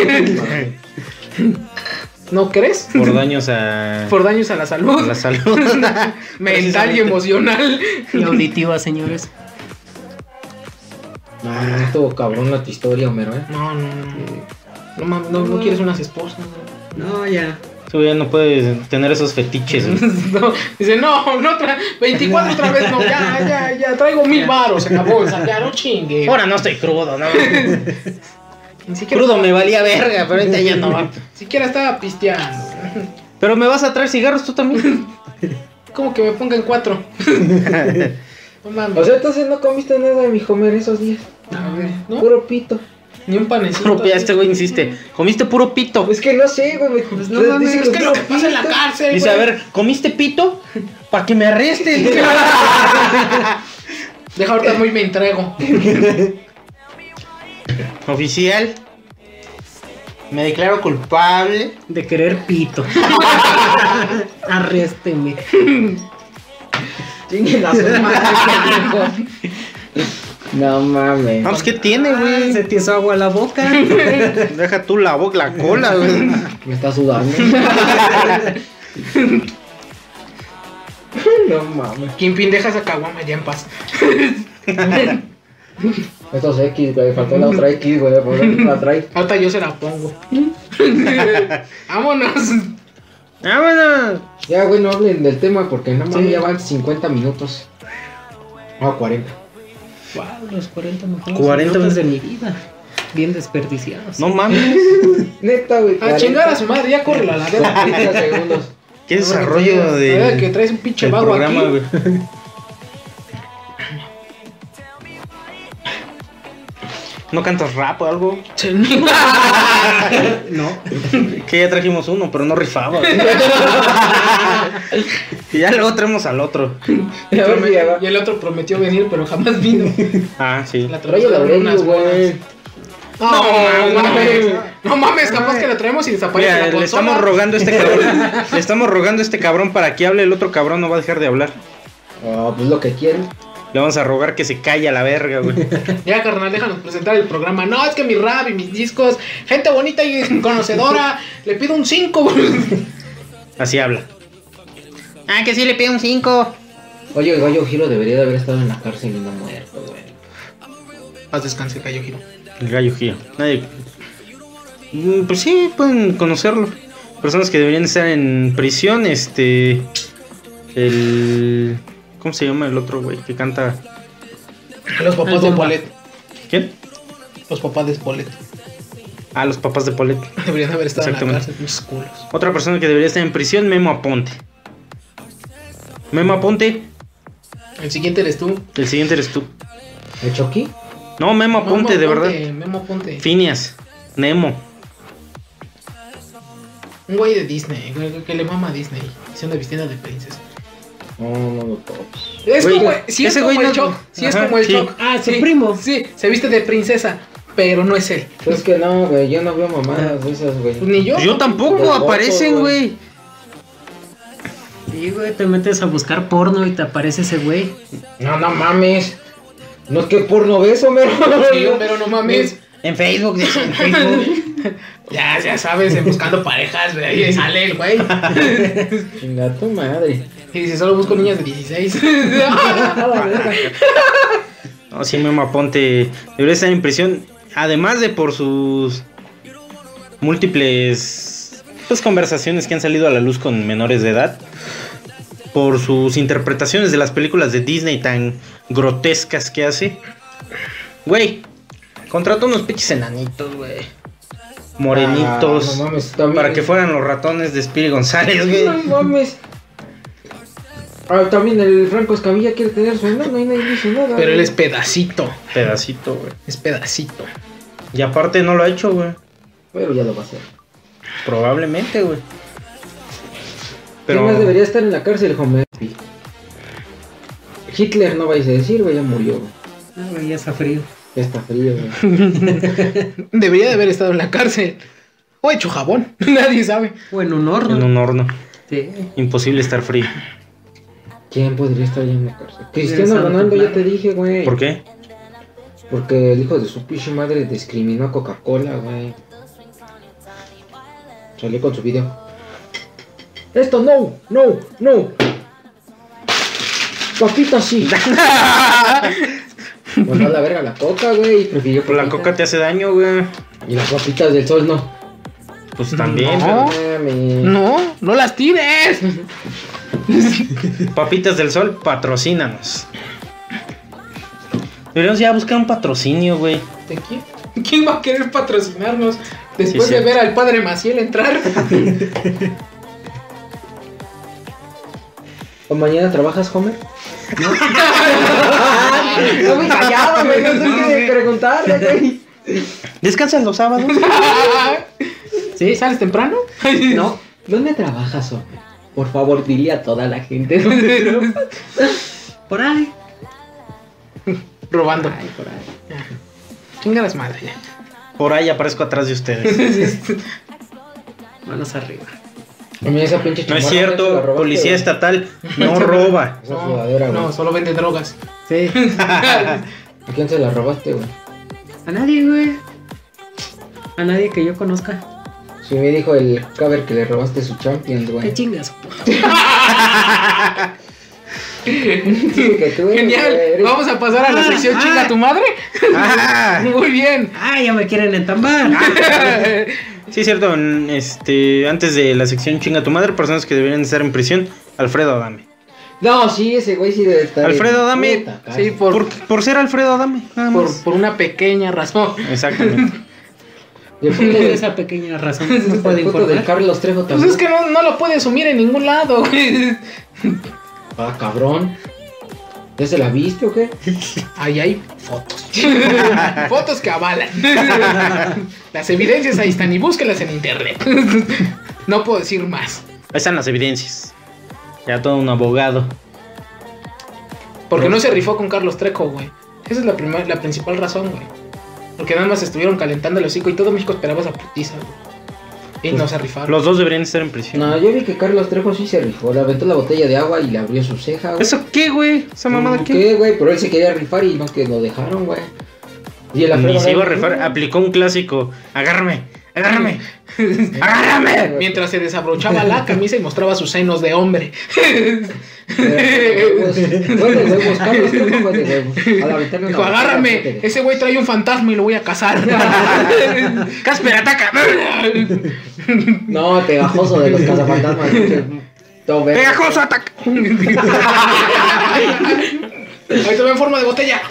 Speaker 1: ¿No crees?
Speaker 2: Por daños a,
Speaker 1: Por daños a la
Speaker 2: a
Speaker 1: salud
Speaker 2: la salud.
Speaker 1: mental y emocional.
Speaker 4: Y auditiva, señores.
Speaker 3: no, estuvo cabrón la tu historia, Homero, eh.
Speaker 1: No, no, no. No, mames, no, no quieres unas esposas.
Speaker 4: No, ya.
Speaker 2: Tú ya no puedes tener esos fetiches, güey.
Speaker 1: No. No. Dice, no, no, otra- 24 otra vez, no, ya, ya, ya, traigo mil varos, se acabó, o sea, ya no chingue.
Speaker 2: Ahora no estoy crudo, no.
Speaker 1: Ni siquiera,
Speaker 2: crudo me valía verga, pero ahorita ya no va.
Speaker 1: ni siquiera estaba pisteando.
Speaker 2: Pero me vas a traer cigarros tú también.
Speaker 1: Como que me pongan cuatro. No mames.
Speaker 3: O sea, entonces no comiste nada de mi Homer esos días.
Speaker 1: ¿No?
Speaker 3: Puro pito.
Speaker 1: Ni un panecito.
Speaker 2: Puro pi- este güey insiste. Comiste puro pito.
Speaker 1: Pues
Speaker 3: Es que no sé, güey. me-
Speaker 4: no mames,
Speaker 3: dicen
Speaker 1: Es que es lo que
Speaker 3: puro
Speaker 1: pasa en la
Speaker 3: pito.
Speaker 1: cárcel.
Speaker 2: Dice, a
Speaker 1: güey.
Speaker 2: ver, ¿comiste pito? Para que me arresten.
Speaker 1: Deja ahorita
Speaker 2: eh.
Speaker 1: muy me entrego.
Speaker 2: Oficial. Me declaro culpable.
Speaker 4: De querer pito. Arrésteme.
Speaker 3: Chinguen a su madre, pendejo. No mames.
Speaker 2: Vamos, pues, ¿qué tiene,
Speaker 4: Ah, se
Speaker 2: güey?
Speaker 4: te hizo agua la boca.
Speaker 2: Deja tú la boca, la cola, güey.
Speaker 3: Me está sudando. no mames.
Speaker 1: Kimpin, deja esa caguama ya en paz.
Speaker 3: Estos X, güey. Faltó la otra X, güey. Por eso no la trae.
Speaker 1: Ahorita yo se la pongo. Vámonos.
Speaker 2: Ah, Vámonos.
Speaker 3: Ya, güey, no hablen del tema porque no mames, ya van 50 minutos. No, 40.
Speaker 4: Wow, los 40 mejores
Speaker 2: 40
Speaker 4: minutos de mi vida. Bien desperdiciados.
Speaker 2: No mames.
Speaker 3: Neta, güey.
Speaker 1: A
Speaker 3: 40.
Speaker 1: chingar a su madre, ya corre la ladera.
Speaker 3: 40 segundos.
Speaker 2: Qué desarrollo
Speaker 1: Ahora que
Speaker 2: de.
Speaker 1: traes un pinche
Speaker 2: del
Speaker 1: vago
Speaker 2: programa,
Speaker 1: aquí.
Speaker 2: güey. ¿No cantas rap o algo?
Speaker 4: No.
Speaker 2: Que ya trajimos uno, pero no rifaba. güey. y ya luego traemos al otro.
Speaker 1: Y
Speaker 3: Ya, güey, ya
Speaker 1: prometió-
Speaker 3: va.
Speaker 1: Y el otro prometió venir, pero jamás vino.
Speaker 2: Ah, sí.
Speaker 1: La
Speaker 3: Rayo
Speaker 1: traemos con
Speaker 3: Laurenio,
Speaker 1: unas
Speaker 3: güey.
Speaker 1: buenas. No, mames. No mames, capaz que la traemos y desaparece la
Speaker 2: Mira, le
Speaker 1: consola.
Speaker 2: estamos rogando a este cabrón. le estamos rogando a este cabrón para que hable, el otro cabrón no va a dejar de hablar.
Speaker 3: Ah, pues lo que quieren.
Speaker 2: Le vamos a rogar que se calle a la verga, güey.
Speaker 1: Ya, carnal, déjanos presentar el programa. No, es que mi rap y mis discos, gente bonita y conocedora, le pido un 5.
Speaker 2: Así habla.
Speaker 6: Ah, que sí le pido un 5.
Speaker 3: Oye, el gallo Giro debería de haber estado en la cárcel y no muerto, güey.
Speaker 1: Paz descanse, Cayo Giro.
Speaker 2: El gallo Gio. Nadie. Mm, Pues sí, pueden conocerlo. Personas que deberían estar en prisión, este. El. ¿Cómo se llama el otro güey que canta?
Speaker 1: Los papás de Polet.
Speaker 2: ¿Quién?
Speaker 1: Los papás de Polet.
Speaker 2: Ah, los papás de Polet.
Speaker 1: Deberían haber estado en la
Speaker 2: Exactamente.
Speaker 1: cárcel, pinches culos.
Speaker 2: Otra persona que debería estar en prisión, Memo Aponte. Memo Aponte,
Speaker 1: El siguiente eres tú.
Speaker 2: el siguiente eres tú.
Speaker 3: ¿El Chucky?
Speaker 2: No, Memo Aponte,
Speaker 1: Memo
Speaker 2: de
Speaker 1: Aponte,
Speaker 2: verdad.
Speaker 1: Memo Ponte.
Speaker 2: Phineas, Nemo.
Speaker 1: Un güey de Disney, güey, que le mama a Disney. Se anda vistiendo de princesa.
Speaker 3: No, no, no, tops.
Speaker 1: Es
Speaker 2: Güey,
Speaker 1: como, sí es
Speaker 2: ese
Speaker 1: como
Speaker 2: güey
Speaker 1: el
Speaker 2: no-
Speaker 1: Choc. Sí es
Speaker 2: Ajá,
Speaker 1: como el
Speaker 2: sí.
Speaker 1: Choc.
Speaker 4: Ah, su
Speaker 1: sí,
Speaker 4: primo.
Speaker 1: Sí, se viste de princesa, pero no es él.
Speaker 3: Pues Es que no, güey, yo no veo mamadas de esas, güey.
Speaker 1: Ni yo.
Speaker 2: Pues Yo tampoco,
Speaker 3: Tampoco,
Speaker 2: aparecen,
Speaker 3: güey.
Speaker 2: güey.
Speaker 4: Sí, güey, te metes a buscar porno y te aparece ese güey.
Speaker 3: No, no mames. No es que porno ves, Homero.
Speaker 1: Sí, pero no mames.
Speaker 2: En Facebook, en
Speaker 1: Ya, ya sabes, en buscando parejas, güey, ahí sale el güey.
Speaker 3: Chinga tu madre.
Speaker 1: Y dice, solo busco niñas de 16.
Speaker 2: No, sí, Memo Aponte debería estar en prisión. Además de por sus múltiples pues, conversaciones que han salido a la luz con menores de edad. Por sus interpretaciones de las películas de Disney tan grotescas que hace. Güey, contrata unos pinches enanitos, güey. Morenitos.
Speaker 3: Ah, no mames, también.
Speaker 2: para que fueran los ratones de Spiri González, güey.
Speaker 3: No mames. Ah, también el Franco Escamilla quiere tener su enano y nadie dice nada.
Speaker 1: Pero él
Speaker 3: güey.
Speaker 1: es pedacito,
Speaker 2: Pedacito, güey.
Speaker 1: es pedacito.
Speaker 2: Y aparte no lo ha hecho, güey.
Speaker 3: Pero ya lo va a hacer.
Speaker 2: Probablemente, güey. Pero.
Speaker 3: ¿Quién más debería estar en la cárcel, Homer? Hitler no vais a decir, güey, ya murió, güey.
Speaker 4: No, Ah, güey, ya está frío.
Speaker 3: Ya está frío, güey.
Speaker 1: Debería de haber estado en la cárcel. O hecho jabón, nadie sabe.
Speaker 4: O en un
Speaker 2: En
Speaker 4: horno.
Speaker 2: un horno.
Speaker 4: Sí.
Speaker 2: Imposible estar frío.
Speaker 3: ¿Quién podría estar ya en la cárcel? Cristiano
Speaker 4: Regresando
Speaker 3: Ronaldo,
Speaker 4: temprano.
Speaker 3: ya te dije, güey.
Speaker 2: ¿Por qué?
Speaker 3: Porque el hijo de su pinche madre discriminó a Coca-Cola, güey. Salió con su video. Esto no, no, no. Papita sí. Bueno, a la verga la coca, güey. y Prefirió
Speaker 2: Pues la
Speaker 3: papitas.
Speaker 2: coca te hace daño, güey.
Speaker 3: Y las papitas del sol no.
Speaker 2: Pues
Speaker 3: Mm,
Speaker 2: también.
Speaker 1: No.
Speaker 3: Mames.
Speaker 1: No, no las tires.
Speaker 2: güey. Papitas del Sol, patrocínanos. Deberíamos ya buscar un patrocinio, güey.
Speaker 1: ¿De quién? ¿Quién va a querer patrocinarnos después
Speaker 2: Sí,
Speaker 1: de
Speaker 2: cierto.
Speaker 1: ver al padre Maciel entrar?
Speaker 3: ¿O mañana trabajas, Homer?
Speaker 1: no me callaba, güey, no sé qué
Speaker 3: preguntarle, güey.
Speaker 2: Descansan los sábados.
Speaker 1: ¿Sí? ¿Sales temprano?
Speaker 3: No. ¿Dónde trabajas, Homer? Por favor, dile a toda la gente.
Speaker 4: Por ahí.
Speaker 1: Robando.
Speaker 3: Ay, por ahí.
Speaker 1: Chinga las madres ya.
Speaker 2: Por ahí aparezco atrás de ustedes.
Speaker 4: Manos arriba.
Speaker 3: Mira esa pinche
Speaker 2: No
Speaker 3: chamarra,
Speaker 2: es
Speaker 3: güey, se la
Speaker 2: cierto,
Speaker 3: robaste,
Speaker 2: policía
Speaker 3: güey.
Speaker 2: estatal no roba.
Speaker 3: Esa sudadera,
Speaker 1: no,
Speaker 3: güey.
Speaker 1: solo vende drogas.
Speaker 4: Sí.
Speaker 3: ¿A quién se la robaste, güey?
Speaker 4: A nadie, güey. A nadie que yo conozca.
Speaker 3: Si me dijo el cover que le robaste su Champions,
Speaker 4: Qué
Speaker 3: güey.
Speaker 4: chingas.
Speaker 3: Dice que tú eres, güey,
Speaker 1: Genial.
Speaker 3: eres-
Speaker 1: Vamos a pasar a la
Speaker 4: Ah,
Speaker 1: sección
Speaker 4: ah.
Speaker 1: chinga tu madre.
Speaker 2: Ah,
Speaker 1: Muy bien.
Speaker 4: Ah, ya me quieren entambar.
Speaker 2: sí, cierto. en- Este, antes de la sección chinga tu madre, personas que deberían estar en prisión, Alfredo Adame.
Speaker 3: No, sí, ese güey sí debe estar. en
Speaker 2: Alfredo, dame-
Speaker 3: puta cárcel.
Speaker 1: Sí, por,
Speaker 2: Por,
Speaker 1: por,
Speaker 2: por ser Alfredo Adame, nada más.
Speaker 1: por una pequeña razón.
Speaker 2: Exactamente.
Speaker 3: Y el puto
Speaker 4: Por
Speaker 3: de-
Speaker 4: esa pequeña razón no puede
Speaker 3: el puto del
Speaker 4: informar.
Speaker 3: Carlos Trejo
Speaker 1: Pues
Speaker 3: también.
Speaker 1: es que no, no lo puede asumir en ningún lado. güey.
Speaker 3: Ah, cabrón. ¿Ya se la viste o qué?
Speaker 1: Ahí hay fotos. fotos que avalan. Las evidencias ahí están y búsquelas en internet. No puedo decir más.
Speaker 2: Ahí están las evidencias. Ya todo un abogado.
Speaker 1: Porque no se rifó con Carlos Treco, güey. Esa es la, primer- la principal razón, güey. Porque nada más estuvieron calentando el hocico y todo México esperaba esa putiza, güey. Y no se rifaron.
Speaker 2: Los dos deberían estar en prisión.
Speaker 3: No, yo vi que Carlos Trejo sí se rifó. Le aventó la botella de agua y le abrió su ceja, güey. Mm,
Speaker 2: ¿Eso qué, güey? ¿Esa mamada qué?
Speaker 3: ¿Qué, güey? Pero él se quería rifar y no que lo dejaron, güey. Y el
Speaker 2: Ni
Speaker 3: Alfredo
Speaker 2: se iba a
Speaker 3: Adame,
Speaker 2: rifar. ah, Aplicó un clásico. Agárrame, agárrame, agárrame.
Speaker 1: Mientras se desabrochaba la camisa y mostraba sus senos de hombre.
Speaker 3: Fue de huevos, Carlos Trejo fue de huevos. Al aventarle una
Speaker 1: Dijo,
Speaker 3: botella,
Speaker 1: agárrame,
Speaker 3: fíjate.
Speaker 1: ese güey trae un fantasma y lo voy a cazar. Casper, ataca.
Speaker 3: No, pegajoso de los cazafantasmas. pinche todo verde.
Speaker 2: Pegajoso ataque.
Speaker 1: Ahí te veo en forma de botella.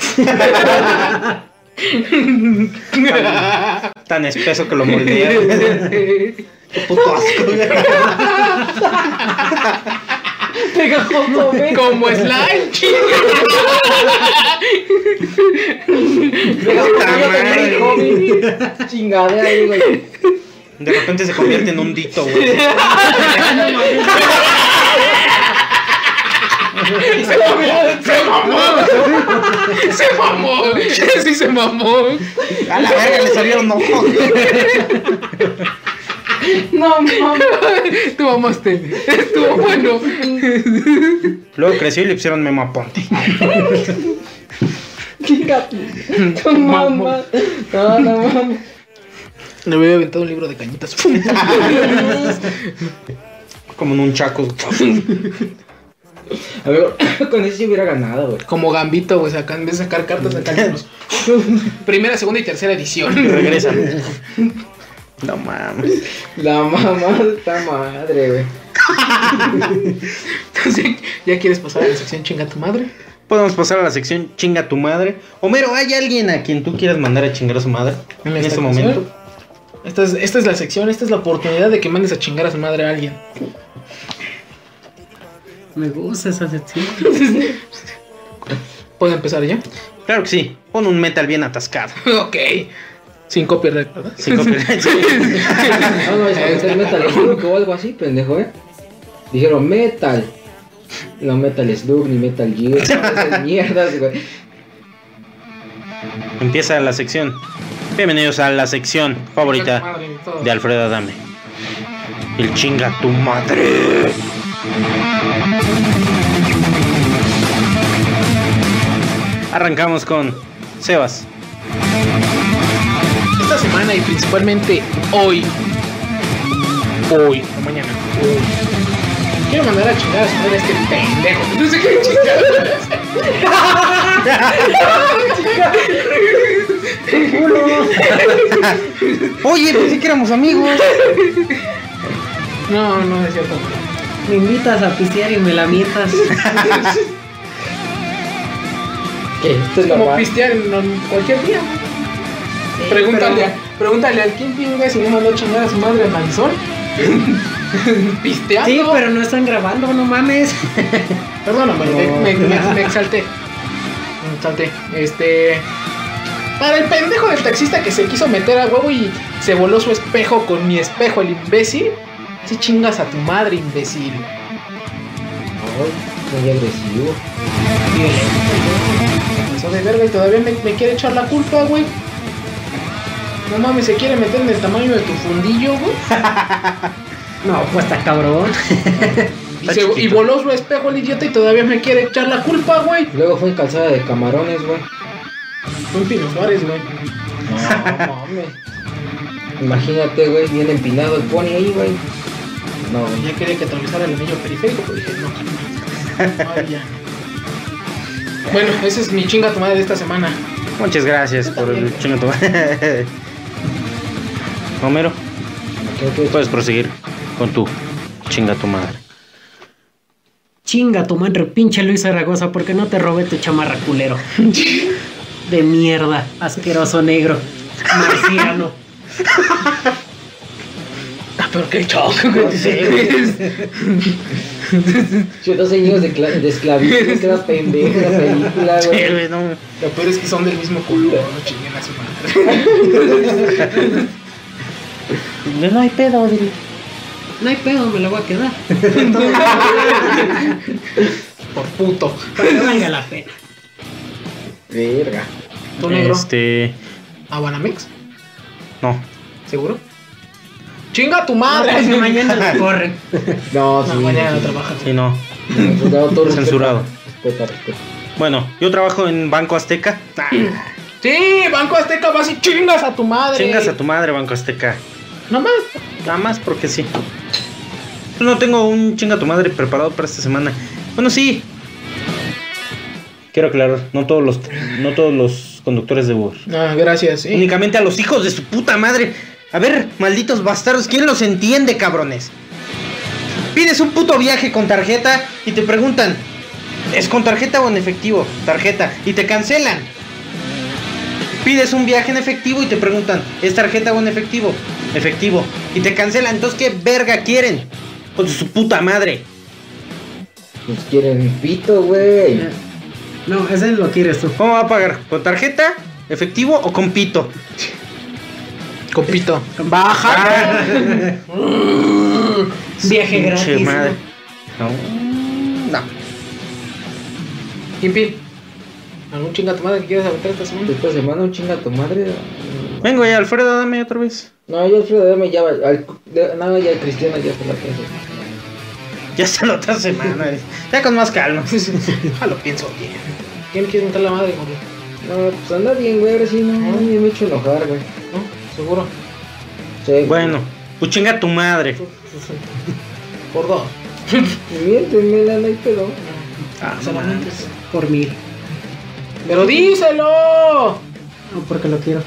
Speaker 2: Tan espeso que lo moldea. Puto asco.
Speaker 3: Pegajoso, güey.
Speaker 1: Como slime.
Speaker 3: Pegajoso,
Speaker 2: Puta
Speaker 3: yo te
Speaker 2: madre.
Speaker 3: digo, güey. Chingadera, ahí, güey.
Speaker 2: De repente se convierte en un dito, güey.
Speaker 1: Se mamó, se mamó. Se mamó. Sí, se mamó.
Speaker 2: A la verga le salieron ojos.
Speaker 3: No, mames.
Speaker 1: Tú mamaste. Estuvo bueno.
Speaker 2: Luego creció y le pusieron Memo a Ponte.
Speaker 3: Fíjate. Tu mamá. No, no mames.
Speaker 1: Le había aventado un libro de cañitas.
Speaker 2: Como en un chaco.
Speaker 3: A ver, con eso sí hubiera ganado, güey.
Speaker 1: Como gambito, güey. sacan- En vez de sacar cartas, sacan libros. Primera, segunda y tercera edición.
Speaker 2: Regresa. No mames.
Speaker 3: La mamá de esta madre, güey.
Speaker 1: Entonces, ¿ya quieres pasar a la sección chinga tu madre?
Speaker 2: Podemos pasar a la sección chinga tu madre. Homero, ¿hay alguien a quien tú quieras mandar a chingar a su madre? En este
Speaker 1: ocasión.
Speaker 2: momento.
Speaker 1: Esta es, esta es la sección, esta es la oportunidad de que mandes a chingar a su madre a alguien.
Speaker 4: Me gusta esa sección.
Speaker 1: ¿Puedo empezar ya?
Speaker 2: Claro que sí. Pon un metal bien atascado.
Speaker 1: ok. Sin copyright, ¿verdad?
Speaker 2: Sin copyright.
Speaker 3: No, no, es que metal, metal slug o algo así, pendejo, eh. Dijeron metal. No metal slug ni metal gear. no, esas mierdas, güey.
Speaker 2: Empieza la sección. Bienvenidos a la sección favorita
Speaker 1: Madre, todo.
Speaker 2: de Alfredo Adame. El chinga tu madre. Arrancamos con Sebas.
Speaker 1: Esta semana y principalmente hoy. Hoy. O mañana. Quiero mandar a chingar a su madre a este pendejo. No sé qué chingar.
Speaker 2: Oye, pensé que éramos amigos.
Speaker 1: No, no es cierto.
Speaker 4: Me invitas a pistear y me la mientas.
Speaker 3: ¿Qué? Esto es
Speaker 1: Como
Speaker 3: normal.
Speaker 1: pistear en en cualquier día. Pregúntale, pregúntale al Kingpin, güey, si no mandó a chingar a su madre a Manzón. Pisteando.
Speaker 4: Sí, pero no están grabando, no mames.
Speaker 1: Perdóname, me, me- me- me exalté. Me exalté. Este. Para el pendejo del taxista que se quiso meter a huevo y se voló su espejo con mi espejo, el imbécil. Si chingas a tu madre, imbécil.
Speaker 3: Ay, Soy agresivo.
Speaker 1: Eso de verga y todavía me, me quiere echar la culpa, güey. No mames, se quiere meter en el tamaño de tu fundillo, güey.
Speaker 4: No, pues está cabrón.
Speaker 1: Y,
Speaker 2: Está
Speaker 1: se- y
Speaker 2: chiquito.
Speaker 1: voló su espejo el idiota y todavía me quiere echar la culpa, güey.
Speaker 3: Luego fue en calzada de camarones, güey.
Speaker 1: Fue en Pino Suárez, güey.
Speaker 3: No, mames. Imagínate, güey, bien empinado el pony ahí, güey. No, güey.
Speaker 1: Ya quería que atravesara el anillo periférico, pero dije, no. Ay, ya. Bueno, esa es mi chinga tomada de esta semana.
Speaker 2: Muchas gracias por el chingo tu- Homero,
Speaker 3: Creo que
Speaker 2: puedes proseguir con tu chinga tu madre.
Speaker 4: Chinga tu madre, pinche Luis Zaragoza, porque no te robé tu chamarra culero. De mierda, asqueroso negro, marciano.
Speaker 1: Ah, pero qué choque, güey.
Speaker 3: Yo no sé, niños de, cla- de esclavitud, que era pendeja la película,
Speaker 2: Sí,
Speaker 3: güey.
Speaker 2: güey, no.
Speaker 1: Lo peor es que son del mismo culo, no chinguen a su madre.
Speaker 2: No hay pedo, dile.
Speaker 4: No hay pedo, me la voy a quedar.
Speaker 1: Por puto.
Speaker 4: Para que valga la pena.
Speaker 3: Verga.
Speaker 1: ¿Tú negro?
Speaker 2: Este.
Speaker 1: ¿A Banamex?
Speaker 2: No.
Speaker 1: ¿Seguro? ¡Chinga tu
Speaker 4: No,
Speaker 1: madre!
Speaker 4: pues, mañana la corren.
Speaker 3: No, sí.
Speaker 1: No, mañana no
Speaker 3: sí.
Speaker 1: trabajas.
Speaker 2: Sí, no.
Speaker 3: Censurado, todo respeto.
Speaker 2: Censurado.
Speaker 3: Respeto, respeto.
Speaker 2: Bueno, yo trabajo en Banco Azteca. Ah,
Speaker 1: Sí, Banco Azteca vas y chingas a tu madre.
Speaker 2: chingas a tu madre, Banco Azteca.
Speaker 1: No más.
Speaker 2: Nada más porque sí. Yo no tengo un chinga tu madre preparado para esta semana. Bueno, sí. Quiero aclarar, no todos los, no todos los conductores de Uber.
Speaker 1: No, gracias. sí.
Speaker 2: Únicamente a los hijos de su puta madre. A ver, malditos bastardos, ¿quién los entiende, cabrones? Pides un puto viaje con tarjeta y te preguntan, ¿es con tarjeta o en efectivo? Tarjeta. Y te cancelan. Pides un viaje en efectivo y te preguntan, ¿es tarjeta o en efectivo? Efectivo. Y te cancelan. Entonces, ¿qué verga quieren? Con su puta madre.
Speaker 3: Nos quieren pito, güey.
Speaker 4: No, ese lo quieres tú.
Speaker 2: ¿Cómo va a pagar? ¿Con tarjeta? ¿Efectivo o con pito?
Speaker 1: Compito. Baja.
Speaker 4: Viaje
Speaker 2: Pinche
Speaker 4: gratis.
Speaker 2: madre. No. No.
Speaker 1: Kimpin. ¿Algún chinga a tu madre que quieras aventar esta semana?
Speaker 3: Esta semana un chinga tu madre.
Speaker 2: Vengo ya, Alfredo, dame otra vez.
Speaker 3: No, yo Alfredo dame ya. Al, al- no, ya Cristiano ya se la pienso.
Speaker 2: Ya está la otra semana. eh. Ya con más calma.
Speaker 1: Ah, lo pienso bien. ¿Quién quiere aventar la madre, güey?
Speaker 3: No, pues anda bien, güey. Ahora sí, no, no me he hecho enojar, güey.
Speaker 1: ¿No? ¿Seguro?
Speaker 3: Sí, güey.
Speaker 2: Bueno, pues chinga tu madre.
Speaker 1: Por dos.
Speaker 3: Miénteme, la no hay pedo.
Speaker 2: Ah,
Speaker 1: Solamente.
Speaker 4: Por mí.
Speaker 1: ¡Pero díselo!
Speaker 4: No, porque lo quiero.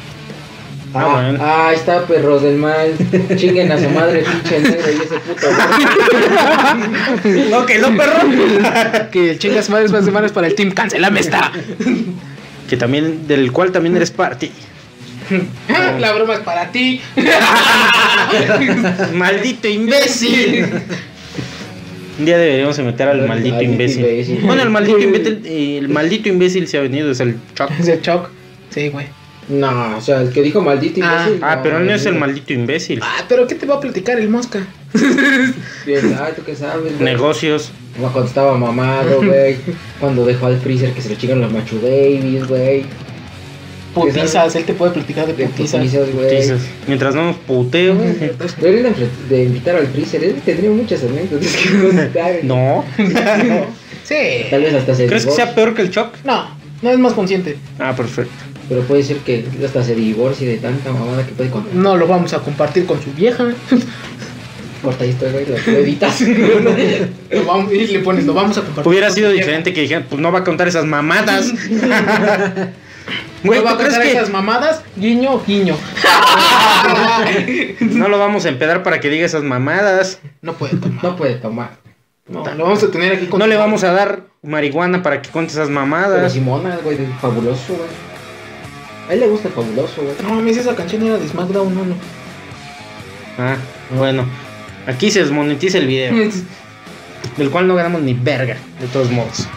Speaker 2: Ah, bueno.
Speaker 3: ah, ahí está, perros del mal. Chinguen a su madre, pinche negro y ese puto. güey.
Speaker 2: No, que no, perro.
Speaker 1: Que el chingas madre esta semana es para el team. ¡Cancelame esta!
Speaker 2: que también, del cual también eres parte.
Speaker 1: La broma es para ti.
Speaker 2: Maldito imbécil. Un día deberíamos de meter al maldito imbécil.
Speaker 3: imbécil.
Speaker 2: Bueno, el maldito imbécil, el maldito imbécil se ha venido, es el Chuck.
Speaker 1: ¿Es el choc? Sí, güey.
Speaker 3: No, o sea, el que dijo maldito imbécil.
Speaker 2: Ah, pero él no es el maldito imbécil.
Speaker 1: Ah, pero ¿qué te va a platicar el mosca?
Speaker 3: Bien, ay, tú qué sabes, güey.
Speaker 2: Negocios.
Speaker 3: Cuando estaba mamado, güey. Cuando dejó al freezer que se le chingan los macho Davis, güey.
Speaker 1: Putizas, él te puede platicar de
Speaker 3: De
Speaker 1: putizas.
Speaker 3: putizas, güey.
Speaker 2: dices, Mientras no nos puteo.
Speaker 3: Deberían de, enfre- de invitar al freezer, él tendría muchas anécdotas que contar. güey.
Speaker 2: No.
Speaker 1: Sí.
Speaker 3: Tal vez hasta se
Speaker 2: ¿Crees que
Speaker 3: divorcie,
Speaker 2: sea peor que el Chuck?
Speaker 1: No, no es más consciente.
Speaker 2: Ah, perfecto.
Speaker 3: Pero puede ser que hasta se divorcie de tanta mamada que puede contar.
Speaker 1: No lo vamos a compartir con su vieja.
Speaker 3: Corta esto, güey, lo lo editas.
Speaker 1: Lo vamos, y le pones, lo vamos a compartir.
Speaker 2: Hubiera
Speaker 1: con
Speaker 2: sido
Speaker 1: su vieja.
Speaker 2: diferente que dijeran, pues no va a contar esas mamadas. Güey,
Speaker 1: no va
Speaker 2: ¿tú
Speaker 1: a
Speaker 2: crees
Speaker 1: contar esas
Speaker 2: que
Speaker 1: mamadas, guiño, guiño.
Speaker 2: no lo vamos a empedar para que diga esas mamadas?
Speaker 1: No puede tomar.
Speaker 3: No puede tomar.
Speaker 1: No, lo vamos a tener aquí con
Speaker 2: No le vamos a dar marihuana para que cuente esas
Speaker 3: Pero
Speaker 2: mamadas.
Speaker 3: Simona, güey, de fabuloso, güey. A él le gusta el fabuloso, güey.
Speaker 1: No, mames, esa canción era de SmackDown, no, no.
Speaker 2: Ah, bueno. Aquí se desmonetiza el video, del cual no ganamos ni verga, de todos modos.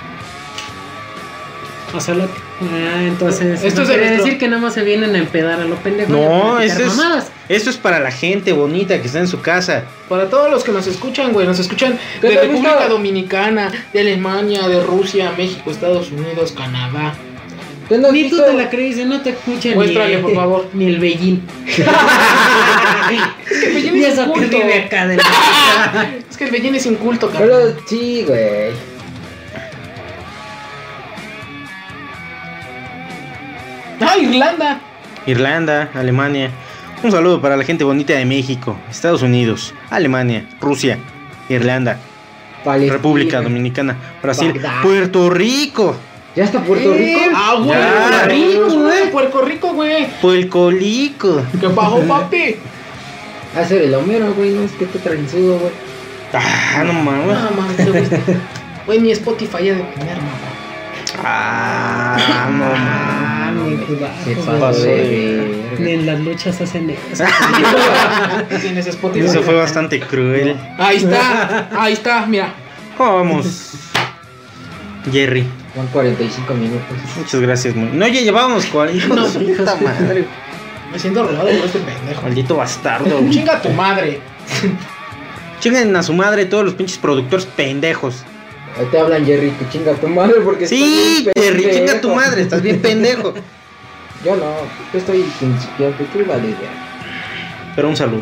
Speaker 4: O sea, lo- ah, entonces.
Speaker 1: Esto
Speaker 4: no
Speaker 1: es
Speaker 4: quiere
Speaker 1: nuestro-
Speaker 4: decir que nada más se vienen a empedar a los pendejos.
Speaker 2: No,
Speaker 4: es.
Speaker 2: eso es, eso es para la gente bonita que está en su casa.
Speaker 1: Para todos los que nos escuchan, güey, nos escuchan
Speaker 3: ¿Qué
Speaker 1: de
Speaker 3: te
Speaker 1: República
Speaker 3: gusta?
Speaker 1: Dominicana, de Alemania, de Rusia, México, Estados Unidos, Canadá.
Speaker 3: ¿Tú no has
Speaker 4: Ni tú
Speaker 3: visto-
Speaker 4: te la crees, eh, no te escucha
Speaker 1: Muéstrale,
Speaker 4: ni,
Speaker 1: por favor.
Speaker 4: ni el Bellín.
Speaker 1: Bellín
Speaker 4: y
Speaker 1: es pues,
Speaker 4: eso que
Speaker 1: culto.
Speaker 4: vive acá de la-
Speaker 1: Es que el Bellín es inculto, cabrón.
Speaker 3: Pero sí, güey.
Speaker 1: ¡Ah, Irlanda!
Speaker 2: Irlanda, Alemania. Un saludo para la gente bonita de México, Estados Unidos, Alemania, Rusia, Irlanda,
Speaker 3: Palestina.
Speaker 2: República Dominicana, Brasil,
Speaker 3: Bagdad.
Speaker 2: Puerto Rico,
Speaker 3: ¿Ya está
Speaker 2: Eh,
Speaker 3: Puerto Rico?
Speaker 1: ¡Ah, güey! Puerto
Speaker 2: Ya.
Speaker 1: Rico, güey! ¡Puerco Rico, güey!
Speaker 2: Puercolico.
Speaker 1: ¿Qué bajó, papi?
Speaker 3: Hacer el Ah, Homero, güey, no es que te transudo, güey.
Speaker 2: Ah, no mames.
Speaker 1: No, mames, te fuiste. Güey, ni Spotify ya de tener, mamá.
Speaker 2: Ah, no mames.
Speaker 4: Ah, mi
Speaker 3: Se
Speaker 4: cubazo,
Speaker 3: pasó
Speaker 4: güey.
Speaker 3: de
Speaker 4: Ni
Speaker 3: verga.
Speaker 4: en las luchas hacen eso.
Speaker 1: Tienes Spotify.
Speaker 2: Eso fue bastante cruel.
Speaker 1: Ahí está, ahí está, mira.
Speaker 2: Vamos. Jerry,
Speaker 3: Van 45 minutos.
Speaker 2: muchas gracias. mu- No, ya llevábamos cuál. Hijo de su puta madre.
Speaker 1: Me siento robado por este pendejo.
Speaker 2: Maldito bastardo.
Speaker 1: Chinga tu madre.
Speaker 2: Chinguen a su madre todos los pinches productores pendejos.
Speaker 3: Ahí te hablan, Jerry, que chinga tu madre porque
Speaker 2: Sí,
Speaker 3: estás bien
Speaker 2: Jerry,
Speaker 3: pendejo.
Speaker 2: chinga tu madre, estás bien pendejo.
Speaker 3: Yo no, yo estoy principiante, tú vale idea.
Speaker 2: Pero un saludo.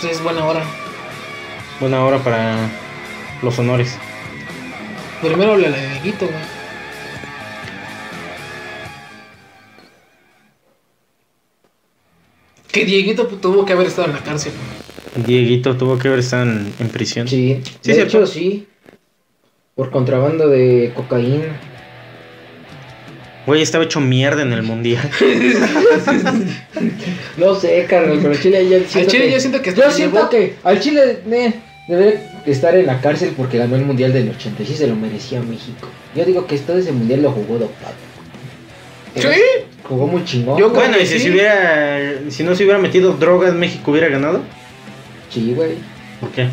Speaker 1: Pues es buena hora.
Speaker 2: Buena hora para los honores.
Speaker 1: Primero le la de Guito, güey. Que Dieguito pu- tuvo que haber estado en la cárcel.
Speaker 2: Dieguito tuvo que haber estado en, en prisión.
Speaker 3: Sí,
Speaker 2: Sí,
Speaker 3: de
Speaker 2: cierto.
Speaker 3: hecho sí. Por contrabando de cocaína.
Speaker 2: Güey, estaba hecho mierda en el mundial.
Speaker 3: No sé, carnal, pero al Chile ya siento
Speaker 1: Chile
Speaker 3: que-
Speaker 1: yo siento que
Speaker 3: Yo
Speaker 1: hasta
Speaker 3: siento
Speaker 1: llevó-
Speaker 3: que al Chile ne, debería estar en la cárcel porque ganó el Mundial del 86 se lo merecía México. Yo digo que todo ese Mundial lo jugó dopado. Pero
Speaker 1: ¿Sí?
Speaker 3: Jugó muy chingón.
Speaker 1: Yo- creo
Speaker 2: Bueno,
Speaker 1: que
Speaker 2: y si,
Speaker 1: sí.
Speaker 2: se hubiera, si no se hubiera metido drogas, México hubiera ganado.
Speaker 3: Sí, güey.
Speaker 2: ¿Por qué?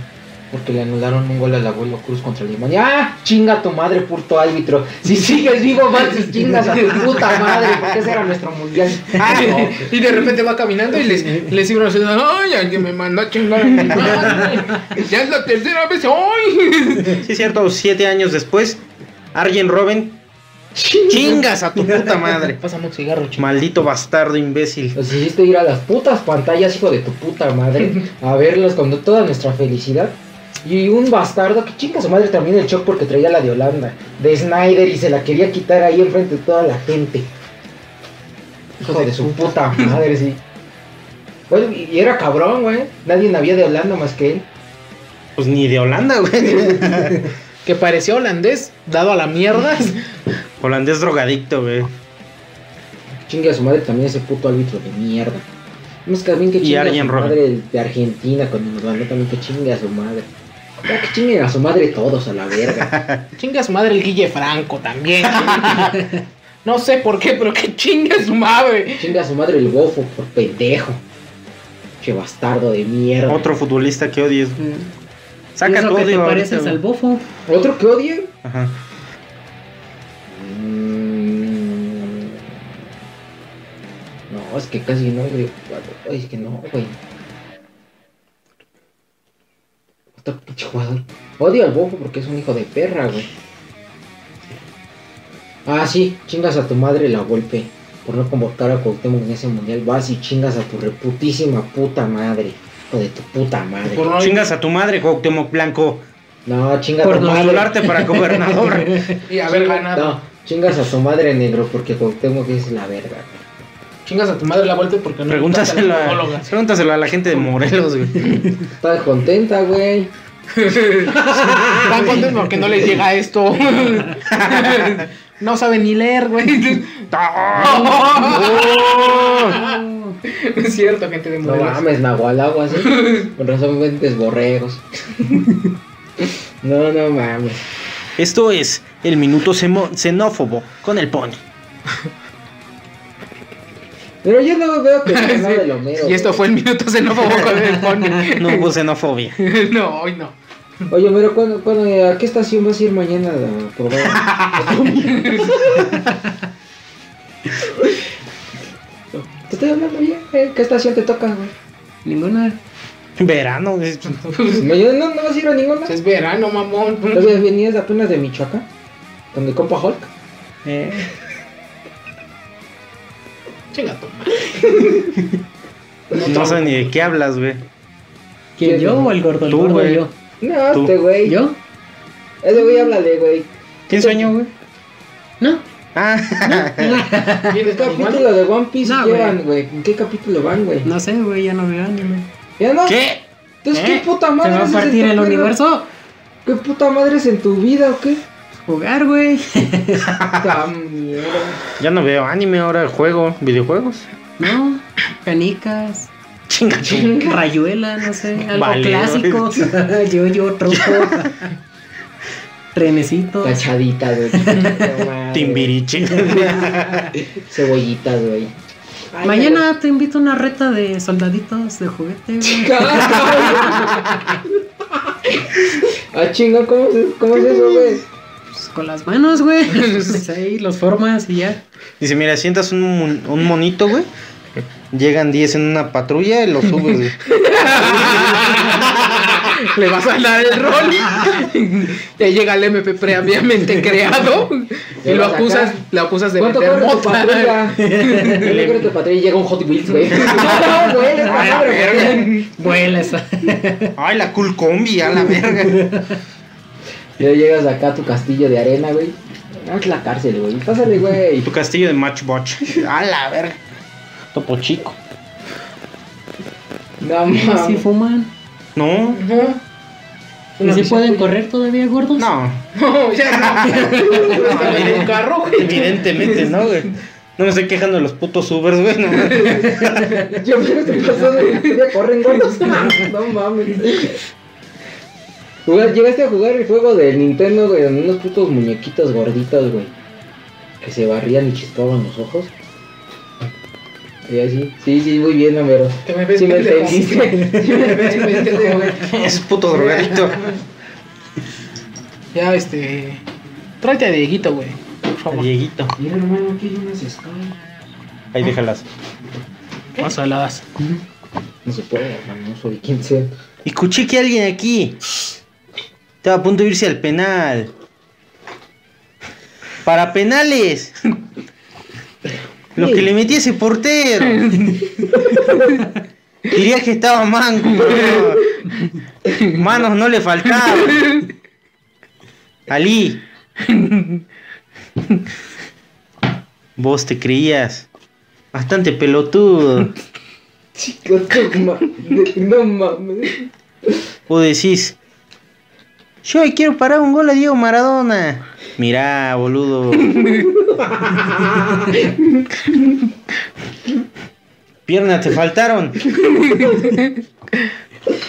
Speaker 3: Porque le anularon un gol al abuelo Cruz contra Alemania. ¡Ah! Chinga tu madre, puto árbitro. Si sigues vivo, vas y chingas a tu puta madre. Porque ese era nuestro mundial.
Speaker 1: Ah, Y de repente va caminando y les, les iba diciendo, ay, alguien me mandó a chingar a mi madre. Ya es la tercera vez hoy.
Speaker 2: Sí, es cierto, siete años después, Arjen Robben, chingas a tu puta madre.
Speaker 1: Pásame un cigarro, chico.
Speaker 2: Maldito bastardo imbécil.
Speaker 3: Nos hiciste ir a las putas pantallas, hijo de tu puta madre, a verlos con toda nuestra felicidad. Y un bastardo que chinga su madre también el shock porque traía la de Holanda, de Snyder, y se la quería quitar ahí enfrente de toda la gente. Hijo de su puta madre, sí. Bueno, y y era cabrón, güey. Nadie había de Holanda más que él.
Speaker 2: Pues ni de Holanda, güey.
Speaker 1: Que parecía holandés, dado a la mierda.
Speaker 2: Holandés drogadicto, güey.
Speaker 3: Chingue a su madre también ese puto árbitro de mierda. Más que bien que
Speaker 2: Y
Speaker 3: chingue a su
Speaker 2: Arjen Robben.
Speaker 3: madre el de Argentina cuando nos mandó también que chingue a su madre. Ya que chinguen a su madre todos a la verga.
Speaker 1: Chinga a su madre el Guille Franco también. No sé por qué, pero que chinga su madre.
Speaker 3: Chinga a su madre el bofo por pendejo. Che bastardo de mierda. Otro,
Speaker 2: Otro futbolista que odies.
Speaker 4: Eh, ¿Y
Speaker 2: Saca
Speaker 4: eso
Speaker 2: tu
Speaker 4: que te
Speaker 2: odio. ahorita,
Speaker 4: pareces
Speaker 2: güey.
Speaker 4: al bofo.
Speaker 3: que odie.
Speaker 2: Ajá.
Speaker 3: Mm. No, es que casi no, güey. Ay, es que no, güey. Otro pinche jugador. Odio al bofo porque es un hijo de perra, güey. Ah, sí, chingas a tu madre la golpe. Por no convocar a Cuauhtémoc en ese mundial, vas y chingas a tu reputísima puta madre. Hijo de tu puta madre.
Speaker 1: Por no-
Speaker 2: Chingas a tu madre, Cuauhtémoc Blanco.
Speaker 3: No, chinga
Speaker 2: Por
Speaker 3: a tu madre.
Speaker 2: postularte para gobernador.
Speaker 1: y haber ganado.
Speaker 3: No, chingas a tu madre negro porque Cuauhtémoc es la verga.
Speaker 1: Chingas a tu madre la vuelta porque no
Speaker 2: Pregúntaselo
Speaker 1: le gusta la
Speaker 2: a,
Speaker 1: psicóloga.
Speaker 2: pregúntaselo a la gente de Morelos, güey.
Speaker 3: Está contenta, güey.
Speaker 1: Ah, Están contentos porque no les llega esto. No saben ni leer, güey. Es cierto, gente de
Speaker 3: No
Speaker 1: Morelos.
Speaker 3: mames, Nahual agua, así. Con razón vendes borregos. No, no mames.
Speaker 2: Esto es el minuto Semo- xenófobo con el pony.
Speaker 3: Pero yo no veo que sea nada de lo mero.
Speaker 1: Y esto fue el minuto xenófobo con el pony.
Speaker 2: No hubo xenofobia.
Speaker 1: No, hoy no.
Speaker 3: güey. Oye, mira, ¿cuándo, cuándo, eh, ¿a qué estación vas a ir mañana a probar? te estoy hablando bien, eh, ¿qué estación te toca, güey?
Speaker 4: Ninguna.
Speaker 2: Verano, güey.
Speaker 3: Mañana no, no vas a ir a ninguna.
Speaker 1: Pues Es verano, mamón.
Speaker 3: Todavía venías apenas de Michoacán, con mi compa Hulk.
Speaker 2: Eh,
Speaker 1: Chinga tu madre.
Speaker 2: no sé ni de qué hablas, güey.
Speaker 4: ¿Quién, yo o el gordo? El
Speaker 2: Tú,
Speaker 4: gordo,
Speaker 2: güey.
Speaker 4: yo.
Speaker 3: No,
Speaker 2: Tú.
Speaker 3: este güey.
Speaker 4: ¿Yo?
Speaker 3: Ese güey háblale, güey.
Speaker 2: ¿Quién sueño, güey?
Speaker 4: ¿No?
Speaker 2: Ah,
Speaker 3: ¿Qué capítulo de One Piece
Speaker 4: No,
Speaker 3: llevan, güey? ¿En qué capítulo van, güey?
Speaker 4: No sé, güey, ya no veo anime.
Speaker 3: ¿Ya no?
Speaker 2: ¿Qué?
Speaker 3: Entonces,
Speaker 4: ¿Eh?
Speaker 3: ¿qué puta
Speaker 4: ¿Se
Speaker 3: madre
Speaker 4: va a
Speaker 3: haces en
Speaker 4: partir
Speaker 3: tu
Speaker 4: el
Speaker 3: vida?
Speaker 4: universo?
Speaker 3: ¿Qué puta madre es en tu vida o qué?
Speaker 4: Jugar, güey.
Speaker 3: Puta mierda.
Speaker 2: Ya no veo anime, ahora juego videojuegos.
Speaker 4: No, canicas,
Speaker 2: Chinga, chinga.
Speaker 4: rayuela, no sé, algo
Speaker 2: Vale,
Speaker 4: clásico. yo, yo, troco. Trenecitos.
Speaker 3: Tachaditas, güey. Puta madre.
Speaker 2: Timbiriche.
Speaker 3: Cebollitas, güey. Ay,
Speaker 4: Mañana te invito a una reta de soldaditos de juguete, güey.
Speaker 3: pero- Ah, chinga, ¿cómo, se- cómo es eso, güey?
Speaker 4: Pues con las manos, güey. Pues ahí los formas y ya.
Speaker 2: Dice, mira, sientas un, mon- un monito, güey. Llegan 10 en una patrulla y lo subes, güey.
Speaker 1: Le vas a dar el rol. Te llega el MP previamente creado y
Speaker 3: Le
Speaker 1: lo
Speaker 3: vas a
Speaker 1: acusas,
Speaker 3: sacar.
Speaker 1: lo acusas de
Speaker 3: ¿Cuánto
Speaker 1: meter
Speaker 3: corre tu
Speaker 1: mota.
Speaker 3: patrulla? ¿Cuánto corre tu patrulla? y Llega un Hot Wheels, güey. Ah, No, güey, esta
Speaker 1: Ay, la
Speaker 3: madre, güey.
Speaker 1: verga.
Speaker 4: Vuela esa.
Speaker 2: Ah, Ay, la cool combi, a la verga.
Speaker 3: Ya llegas acá a tu castillo de arena, güey. No es la cárcel, güey. Pásale, güey.
Speaker 2: Tu castillo de Matchbox. A la verga. Topo chico.
Speaker 3: No
Speaker 4: Si
Speaker 3: mames.
Speaker 4: Ah, fuman.
Speaker 2: No,
Speaker 1: Ajá.
Speaker 4: ¿Y si pueden correr todavía, gordos?
Speaker 2: no.
Speaker 1: No, ya no. Hay un carro, güey.
Speaker 2: Evidentemente, ¿no, güey? No me estoy quejando de los putos Ubers, güey. No,
Speaker 3: Yo me estoy pasando de ya corren gordos. No mames. Jugar- Llegaste a jugar el juego del Nintendo, güey, donde unos putos muñequitos gorditos, güey. Que se barrían y chispaban los ojos. Y así. Sí, sí, muy bien, Homero.
Speaker 1: Que me ves
Speaker 3: Sí me
Speaker 1: pendejo.
Speaker 3: entendiste. Sí me ves pendejo, güey.
Speaker 2: es puto drogadito.
Speaker 1: Ya, este. Tráete a Dieguito, güey. Por favor.
Speaker 2: Dieguito.
Speaker 3: Mira, hermano, aquí hay unas Sky.
Speaker 2: Ahí déjalas.
Speaker 4: Pásalas.
Speaker 3: No se puede, hermano, no soy 15.
Speaker 2: Escuché que alguien aquí estaba a punto de irse al penal. Para penales. Lo que le metí a ese portero. Diría que estaba manco. pero Manos no le faltaban. Ali. Vos te creías bastante pelotudo.
Speaker 3: Chicos, no mames. No mames.
Speaker 2: O decís, yo le quiero parar un gol a Diego Maradona. Mirá, boludo. Piernas te faltaron.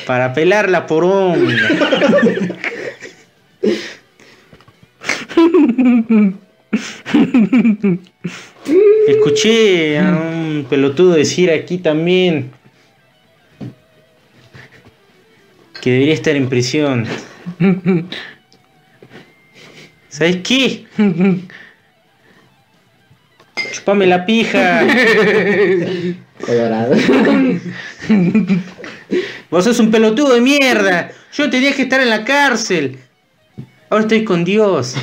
Speaker 2: Para pelarla por un. Escuché a un pelotudo decir aquí también que debería estar en prisión. ¿Sabes qué? Chupame la pija.
Speaker 3: Colorado.
Speaker 2: Vos sos un pelotudo de mierda. Yo tenía que estar en la cárcel. Ahora estoy con Dios.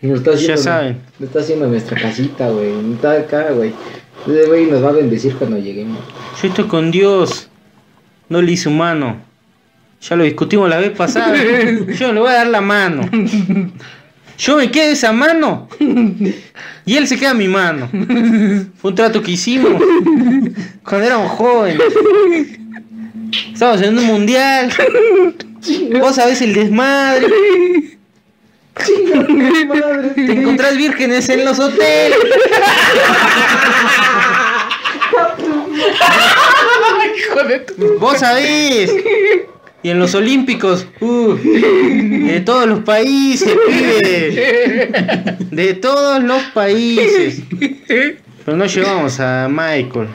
Speaker 3: Nos está haciendo,
Speaker 2: saben.
Speaker 3: Nos está haciendo nuestra casita, güey. Nos Está acá, güey. Ese güey nos va a bendecir cuando lleguemos.
Speaker 2: Yo estoy con Dios. No le hice humano. Ya lo discutimos la vez pasada. Yo no le voy a dar la mano. Yo me quedo esa mano. Y él se queda mi mano. Fue un trato que hicimos. Cuando éramos jóvenes. Estábamos en un mundial. Vos sabés el desmadre. Te encontrás vírgenes en los hoteles.
Speaker 1: Hijo de tu-
Speaker 2: Vos sabés. Y en los Olímpicos, uh, de todos los países, pibe. De todos los países. Pero no llevamos a Michael.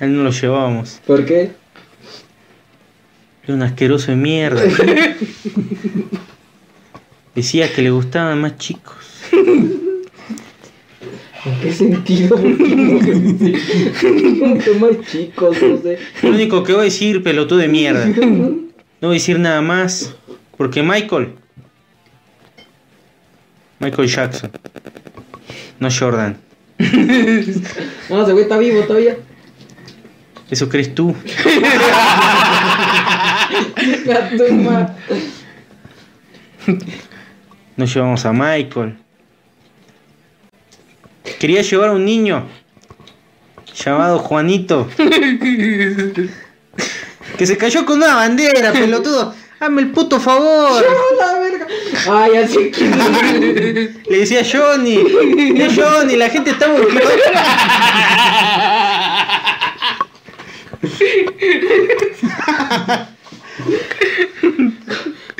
Speaker 2: A Él no lo llevamos.
Speaker 3: ¿Por qué?
Speaker 2: Era un asqueroso de mierda. Decía que le gustaban más chicos.
Speaker 3: ¿En qué sentido? Qué más chicos, no sé.
Speaker 2: Lo único que voy a decir, pelotudo de mierda. No voy a decir nada más. Porque Michael. Michael Jackson. No Jordan.
Speaker 3: No, ese güey está vivo todavía.
Speaker 2: Eso crees tú.
Speaker 3: Ya, tú, ma.
Speaker 2: Nos llevamos a Michael. Quería llevar a un niño llamado Juanito que se cayó con una bandera, pelotudo. Hazme el puto favor.
Speaker 3: ¡Hola, verga! Ay, así que.
Speaker 2: Le decía Johnny. No, Johnny, la gente está bloqueada.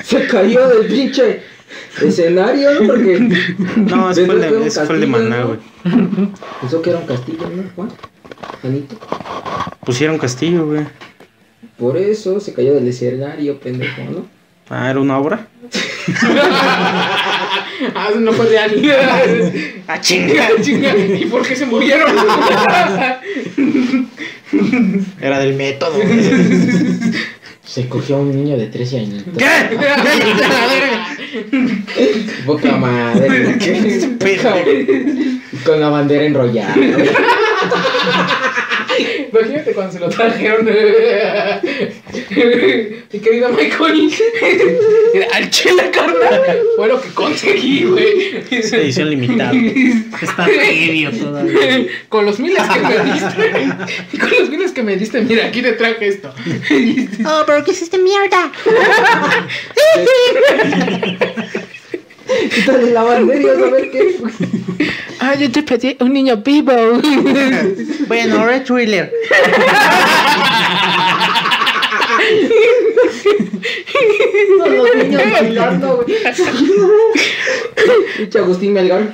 Speaker 3: Se cayó del pinche escenario, ¿no? Porque.
Speaker 2: No, ese fue el
Speaker 3: Pensó que era un
Speaker 2: de, ese fue el de
Speaker 3: castillo,
Speaker 2: Maná,
Speaker 3: ¿no?
Speaker 2: güey.
Speaker 3: Pensó que era un castillo, ¿no, Juan? Juanito.
Speaker 2: Pusieron castillo, güey.
Speaker 3: Por eso se cayó del escenario, pendejo, ¿no?
Speaker 2: Ah, era una obra.
Speaker 1: Ah, eso no fue real.
Speaker 2: Ah, chinga.
Speaker 1: Chinga, ¿Y por qué se murieron?
Speaker 2: Era del método.
Speaker 3: Se cogió a un niño de 13 años.
Speaker 2: ¿Qué?
Speaker 3: Boca madre. Con la bandera enrollada.
Speaker 1: Imagínate cuando se lo trajeron. Mi querido Michael,
Speaker 5: Al chile, carnal.
Speaker 1: fue lo que conseguí, güey.
Speaker 2: Edición limitada.
Speaker 4: Está serio todavía.
Speaker 1: Con los miles que me diste, con los miles que me diste, mira, aquí te traje esto.
Speaker 6: Oh, pero ¿qué es esta mierda?
Speaker 3: Quítale la bandera y vas a ver qué.
Speaker 1: Ah, yo te pedí un niño vivo.
Speaker 2: Bueno, Red Thriller.
Speaker 3: Son los niños bailando, güey. Pinche Agustín Melgar.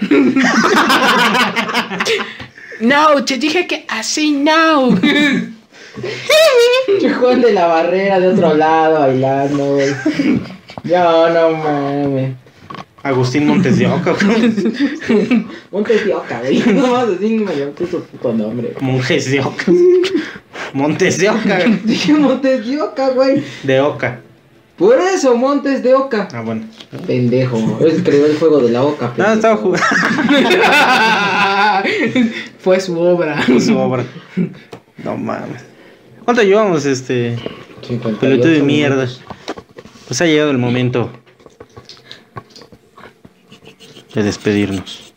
Speaker 1: No, te dije que así no.
Speaker 3: Pinche Juan de la barrera de otro lado bailando, güey. Ya, no mames.
Speaker 2: Agustín Montes de Oca, güey.
Speaker 3: Monte Fioca, güey. No vas a decirme yo que es su puto nombre. güey.
Speaker 2: Montes de Oca. Montes de Oca. güey.
Speaker 3: Dije Montes de Oca, güey.
Speaker 2: De Oca.
Speaker 3: Por eso, Montes de Oca.
Speaker 2: Ah, bueno.
Speaker 3: Pendejo. Él creó el juego de la Oca,
Speaker 2: No,
Speaker 3: pendejo.
Speaker 2: Ah, estaba jugando
Speaker 1: Fue su obra.
Speaker 2: su obra. No mames. ¿Cuánto llevamos este
Speaker 3: 58
Speaker 2: pelotudo de
Speaker 3: minutos.
Speaker 2: mierda? Pues ha llegado el momento de despedirnos.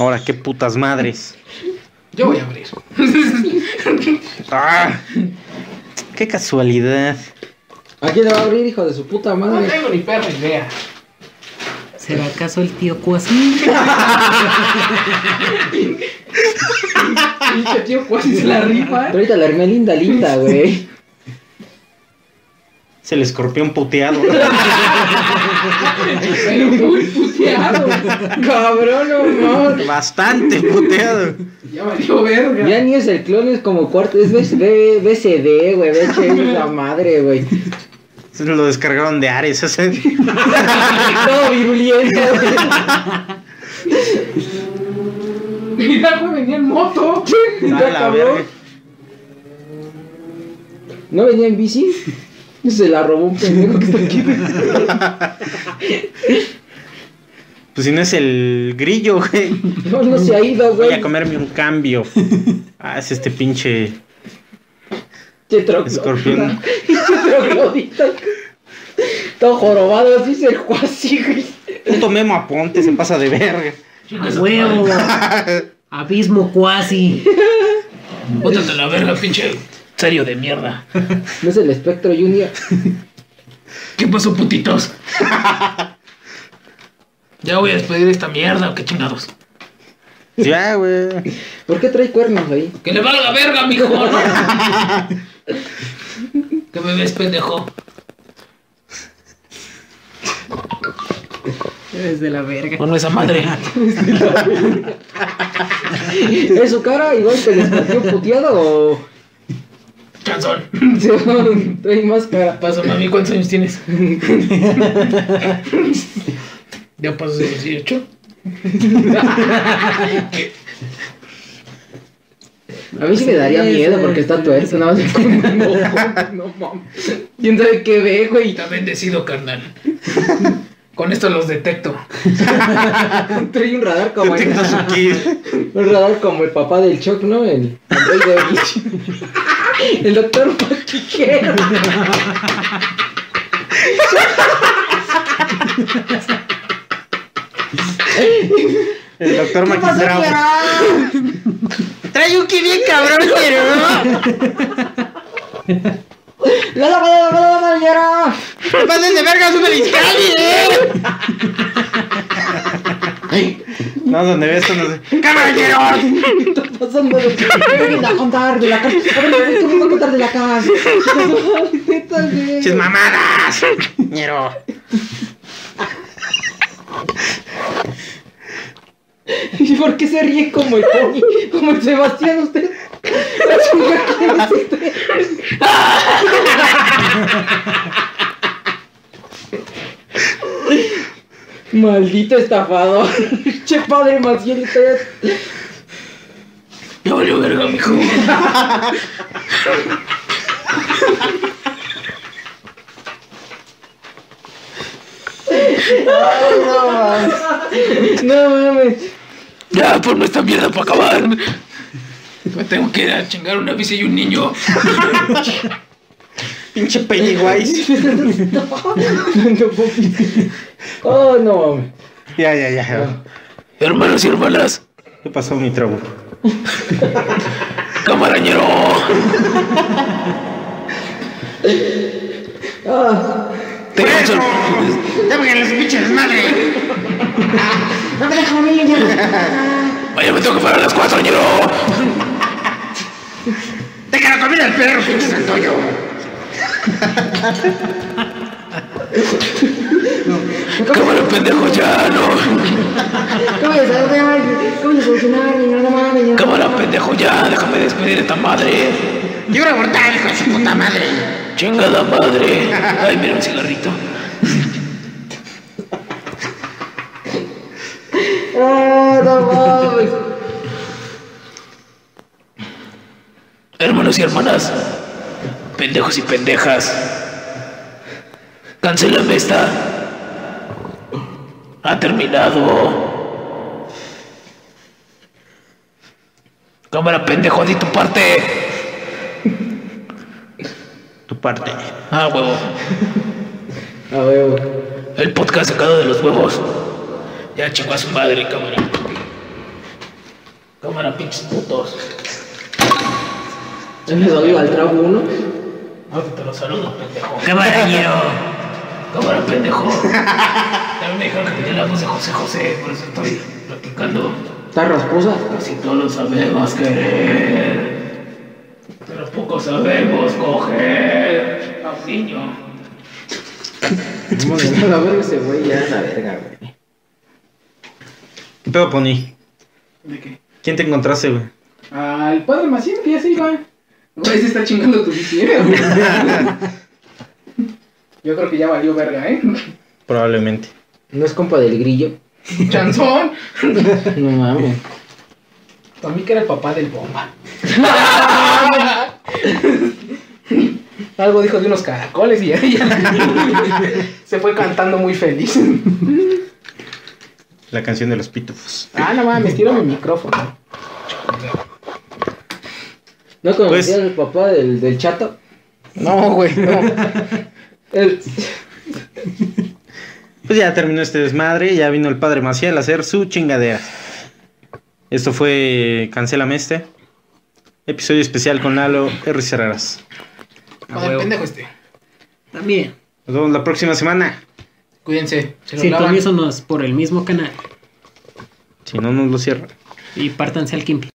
Speaker 2: Ahora, qué putas madres.
Speaker 1: Yo voy a abrir.
Speaker 2: ¡Ah! ¡Qué casualidad!
Speaker 3: ¿A quién le va a abrir, hijo de su puta
Speaker 1: No
Speaker 3: madre?
Speaker 1: tengo ni perra idea.
Speaker 4: ¿Será acaso el tío Cuasi?
Speaker 1: Pinche tío, cuasi se la rifa.
Speaker 3: Pero ahorita la Hermelinda linda, güey.
Speaker 2: Es el escorpión puteado.
Speaker 1: Pero pues, muy puteado.
Speaker 3: ah, Cabrón, no mames.
Speaker 2: Bastante puteado.
Speaker 1: Ya valió verga.
Speaker 3: Ya ni es el clon, es como cuarto. Es BCD, BCD, güey. BCD es la madre, güey.
Speaker 2: Se Lo descargaron de Ares. ese-
Speaker 3: Todo virulento, güey.
Speaker 1: Mira, güey, venía en moto.
Speaker 2: A la verga.
Speaker 3: ¿No venía en bici? Se la robó un pendejo que está aquí.
Speaker 2: Pues si no es el grillo, güey.
Speaker 3: No, no se ha ido,
Speaker 2: Voy a
Speaker 3: güey.
Speaker 2: comerme un cambio. Ah, es este pinche
Speaker 3: Che troglodita.
Speaker 2: escorpión.
Speaker 3: Che troglodita. Todo jorobado, así se dejó así, güey.
Speaker 2: Puto Memo Aponte se pasa de verga.
Speaker 4: ¡A huevo! Abismo Cuasi.
Speaker 5: Bótate a la verga, pinche. Serio de mierda.
Speaker 3: No es el espectro junior.
Speaker 5: ¿Qué pasó, putitos? Ya voy a despedir esta mierda, ¿o qué chingados.
Speaker 2: Ya, güey.
Speaker 3: ¿Por qué trae cuernos ahí?
Speaker 5: Que le valga la verga, mijo. ¿no? que me ves, pendejo.
Speaker 4: Es de la verga.
Speaker 5: Bueno, esa madre.
Speaker 3: ¿Es su cara igual que el escorpión puteado o
Speaker 5: Chanzón.
Speaker 3: trae más cara?
Speaker 1: Pásame a mí, ¿cuántos años tienes? ya pasas de 18.
Speaker 3: A mí sí me daría miedo porque está tuerto, nada más con un ojo. No mames. ¿Quién sabe qué ve, güey?
Speaker 5: Está bendecido, carnal.
Speaker 1: Con esto los detecto.
Speaker 3: Trae un radar como el,
Speaker 2: Detecta su kid.
Speaker 3: un radar como el papá del Chuck, ¿no? El Android de Orich. El doctor Paquiquero.
Speaker 2: El doctor Maquitrao.
Speaker 6: Trae un ki bien cabrón, pero
Speaker 3: ¡La lavada, la lavada, la
Speaker 6: no pases de verga, sube el Iscali, eh.
Speaker 2: No, donde ves esto no sé.
Speaker 3: Está pasando de... Ven a contar de la casa. A ver, ¿qué me a contar de la casa? Neta, güey.
Speaker 2: ¡Chis mamadas!
Speaker 6: Ñero.
Speaker 3: ¿Y por qué se ríe como el Tony? Como el Sebastián, usted. Es un güey que no se te- Maldito estafador. Che padre Maciel, usted.
Speaker 5: Ya valió verga, mijo.
Speaker 3: No mames.
Speaker 5: Ya, ponme esta mierda para acabar. Me tengo que ir a chingar una bici y un niño.
Speaker 2: Pinche Pennywise.
Speaker 3: No, papi. Oh, no mames.
Speaker 2: Ya, ya, ya.
Speaker 5: Hermanos y hermanas,
Speaker 2: ¿Qué pasó, mi trabo?
Speaker 5: camarañero.
Speaker 2: Pues
Speaker 5: Tengo un sor-
Speaker 2: ¡Déjenle su pinche desmadre!
Speaker 6: No me dejan a mí, ya.
Speaker 5: Vaya, me tengo que parar a las cuatro, ñero.
Speaker 2: ¡Te la comida el perro, pinche santoyo!
Speaker 5: Cámara, pendejo, ya, no.
Speaker 6: ¿Cómo les hago, güey? ¿Cómo les solucionar, mi no mames, ya?
Speaker 5: Cámara, pendejo, ya. Déjame despedir de esta madre.
Speaker 2: ¡Yo voy a abortar, hijo de su puta madre!
Speaker 5: Chingada madre. Ay, mira un cigarrito.
Speaker 3: Ah, no mames.
Speaker 5: Hermanos y hermanas, pendejos y pendejas, cancelame esta. Ha terminado. Cámara pendejo, di tu parte.
Speaker 2: Tu parte.
Speaker 5: Ah, huevo.
Speaker 3: A huevo.
Speaker 5: El podcast sacado de los huevos. Ya chingó a su madre, cámara. Cámara, pinches putos.
Speaker 3: Le doy al trago uno.
Speaker 5: No, te lo saludo, pendejo. Caballero. Cámara, pendejo. También me dijeron que tenía la voz de José José, por eso estoy platicando.
Speaker 3: Está rasposa.
Speaker 5: Casi todos lo sabemos querer, pero pocos sabemos coger a un niño.
Speaker 3: A la verga ese güey, ya la verga, güey.
Speaker 2: ¿Qué pedo, Pony?
Speaker 1: ¿De qué?
Speaker 2: ¿Quién te encontraste, güey?
Speaker 1: Al padre Maciel, que ya se iba. Güey, se está chingando tu bici, eh, güey. Yo creo que ya valió verga, ¿eh?
Speaker 2: Probablemente.
Speaker 3: No es compa del grillo.
Speaker 1: Chanzón.
Speaker 3: No mames.
Speaker 1: Para mí que era el papá del bomba. Algo dijo de unos caracoles y ella se fue cantando muy feliz.
Speaker 2: La canción de los pitufos.
Speaker 1: Ah, no mames, tiro mi micrófono.
Speaker 3: ¿No
Speaker 2: Pues-
Speaker 3: conocías al papá del, del chato?
Speaker 1: No, güey, no.
Speaker 3: El...
Speaker 2: Pues ya terminó este desmadre, ya vino el padre Maciel a hacer su chingadera. Esto fue Cancélame este. Episodio especial con Lalo R. Cerraras.
Speaker 4: A
Speaker 1: Con el
Speaker 4: huevo.
Speaker 1: pendejo este.
Speaker 4: También.
Speaker 2: Nos vemos la próxima semana.
Speaker 1: Cuídense, se lo lavan.
Speaker 4: Sintonízanos por el mismo canal
Speaker 2: Si no, nos lo cierran.
Speaker 4: y pártanse al Kimpi.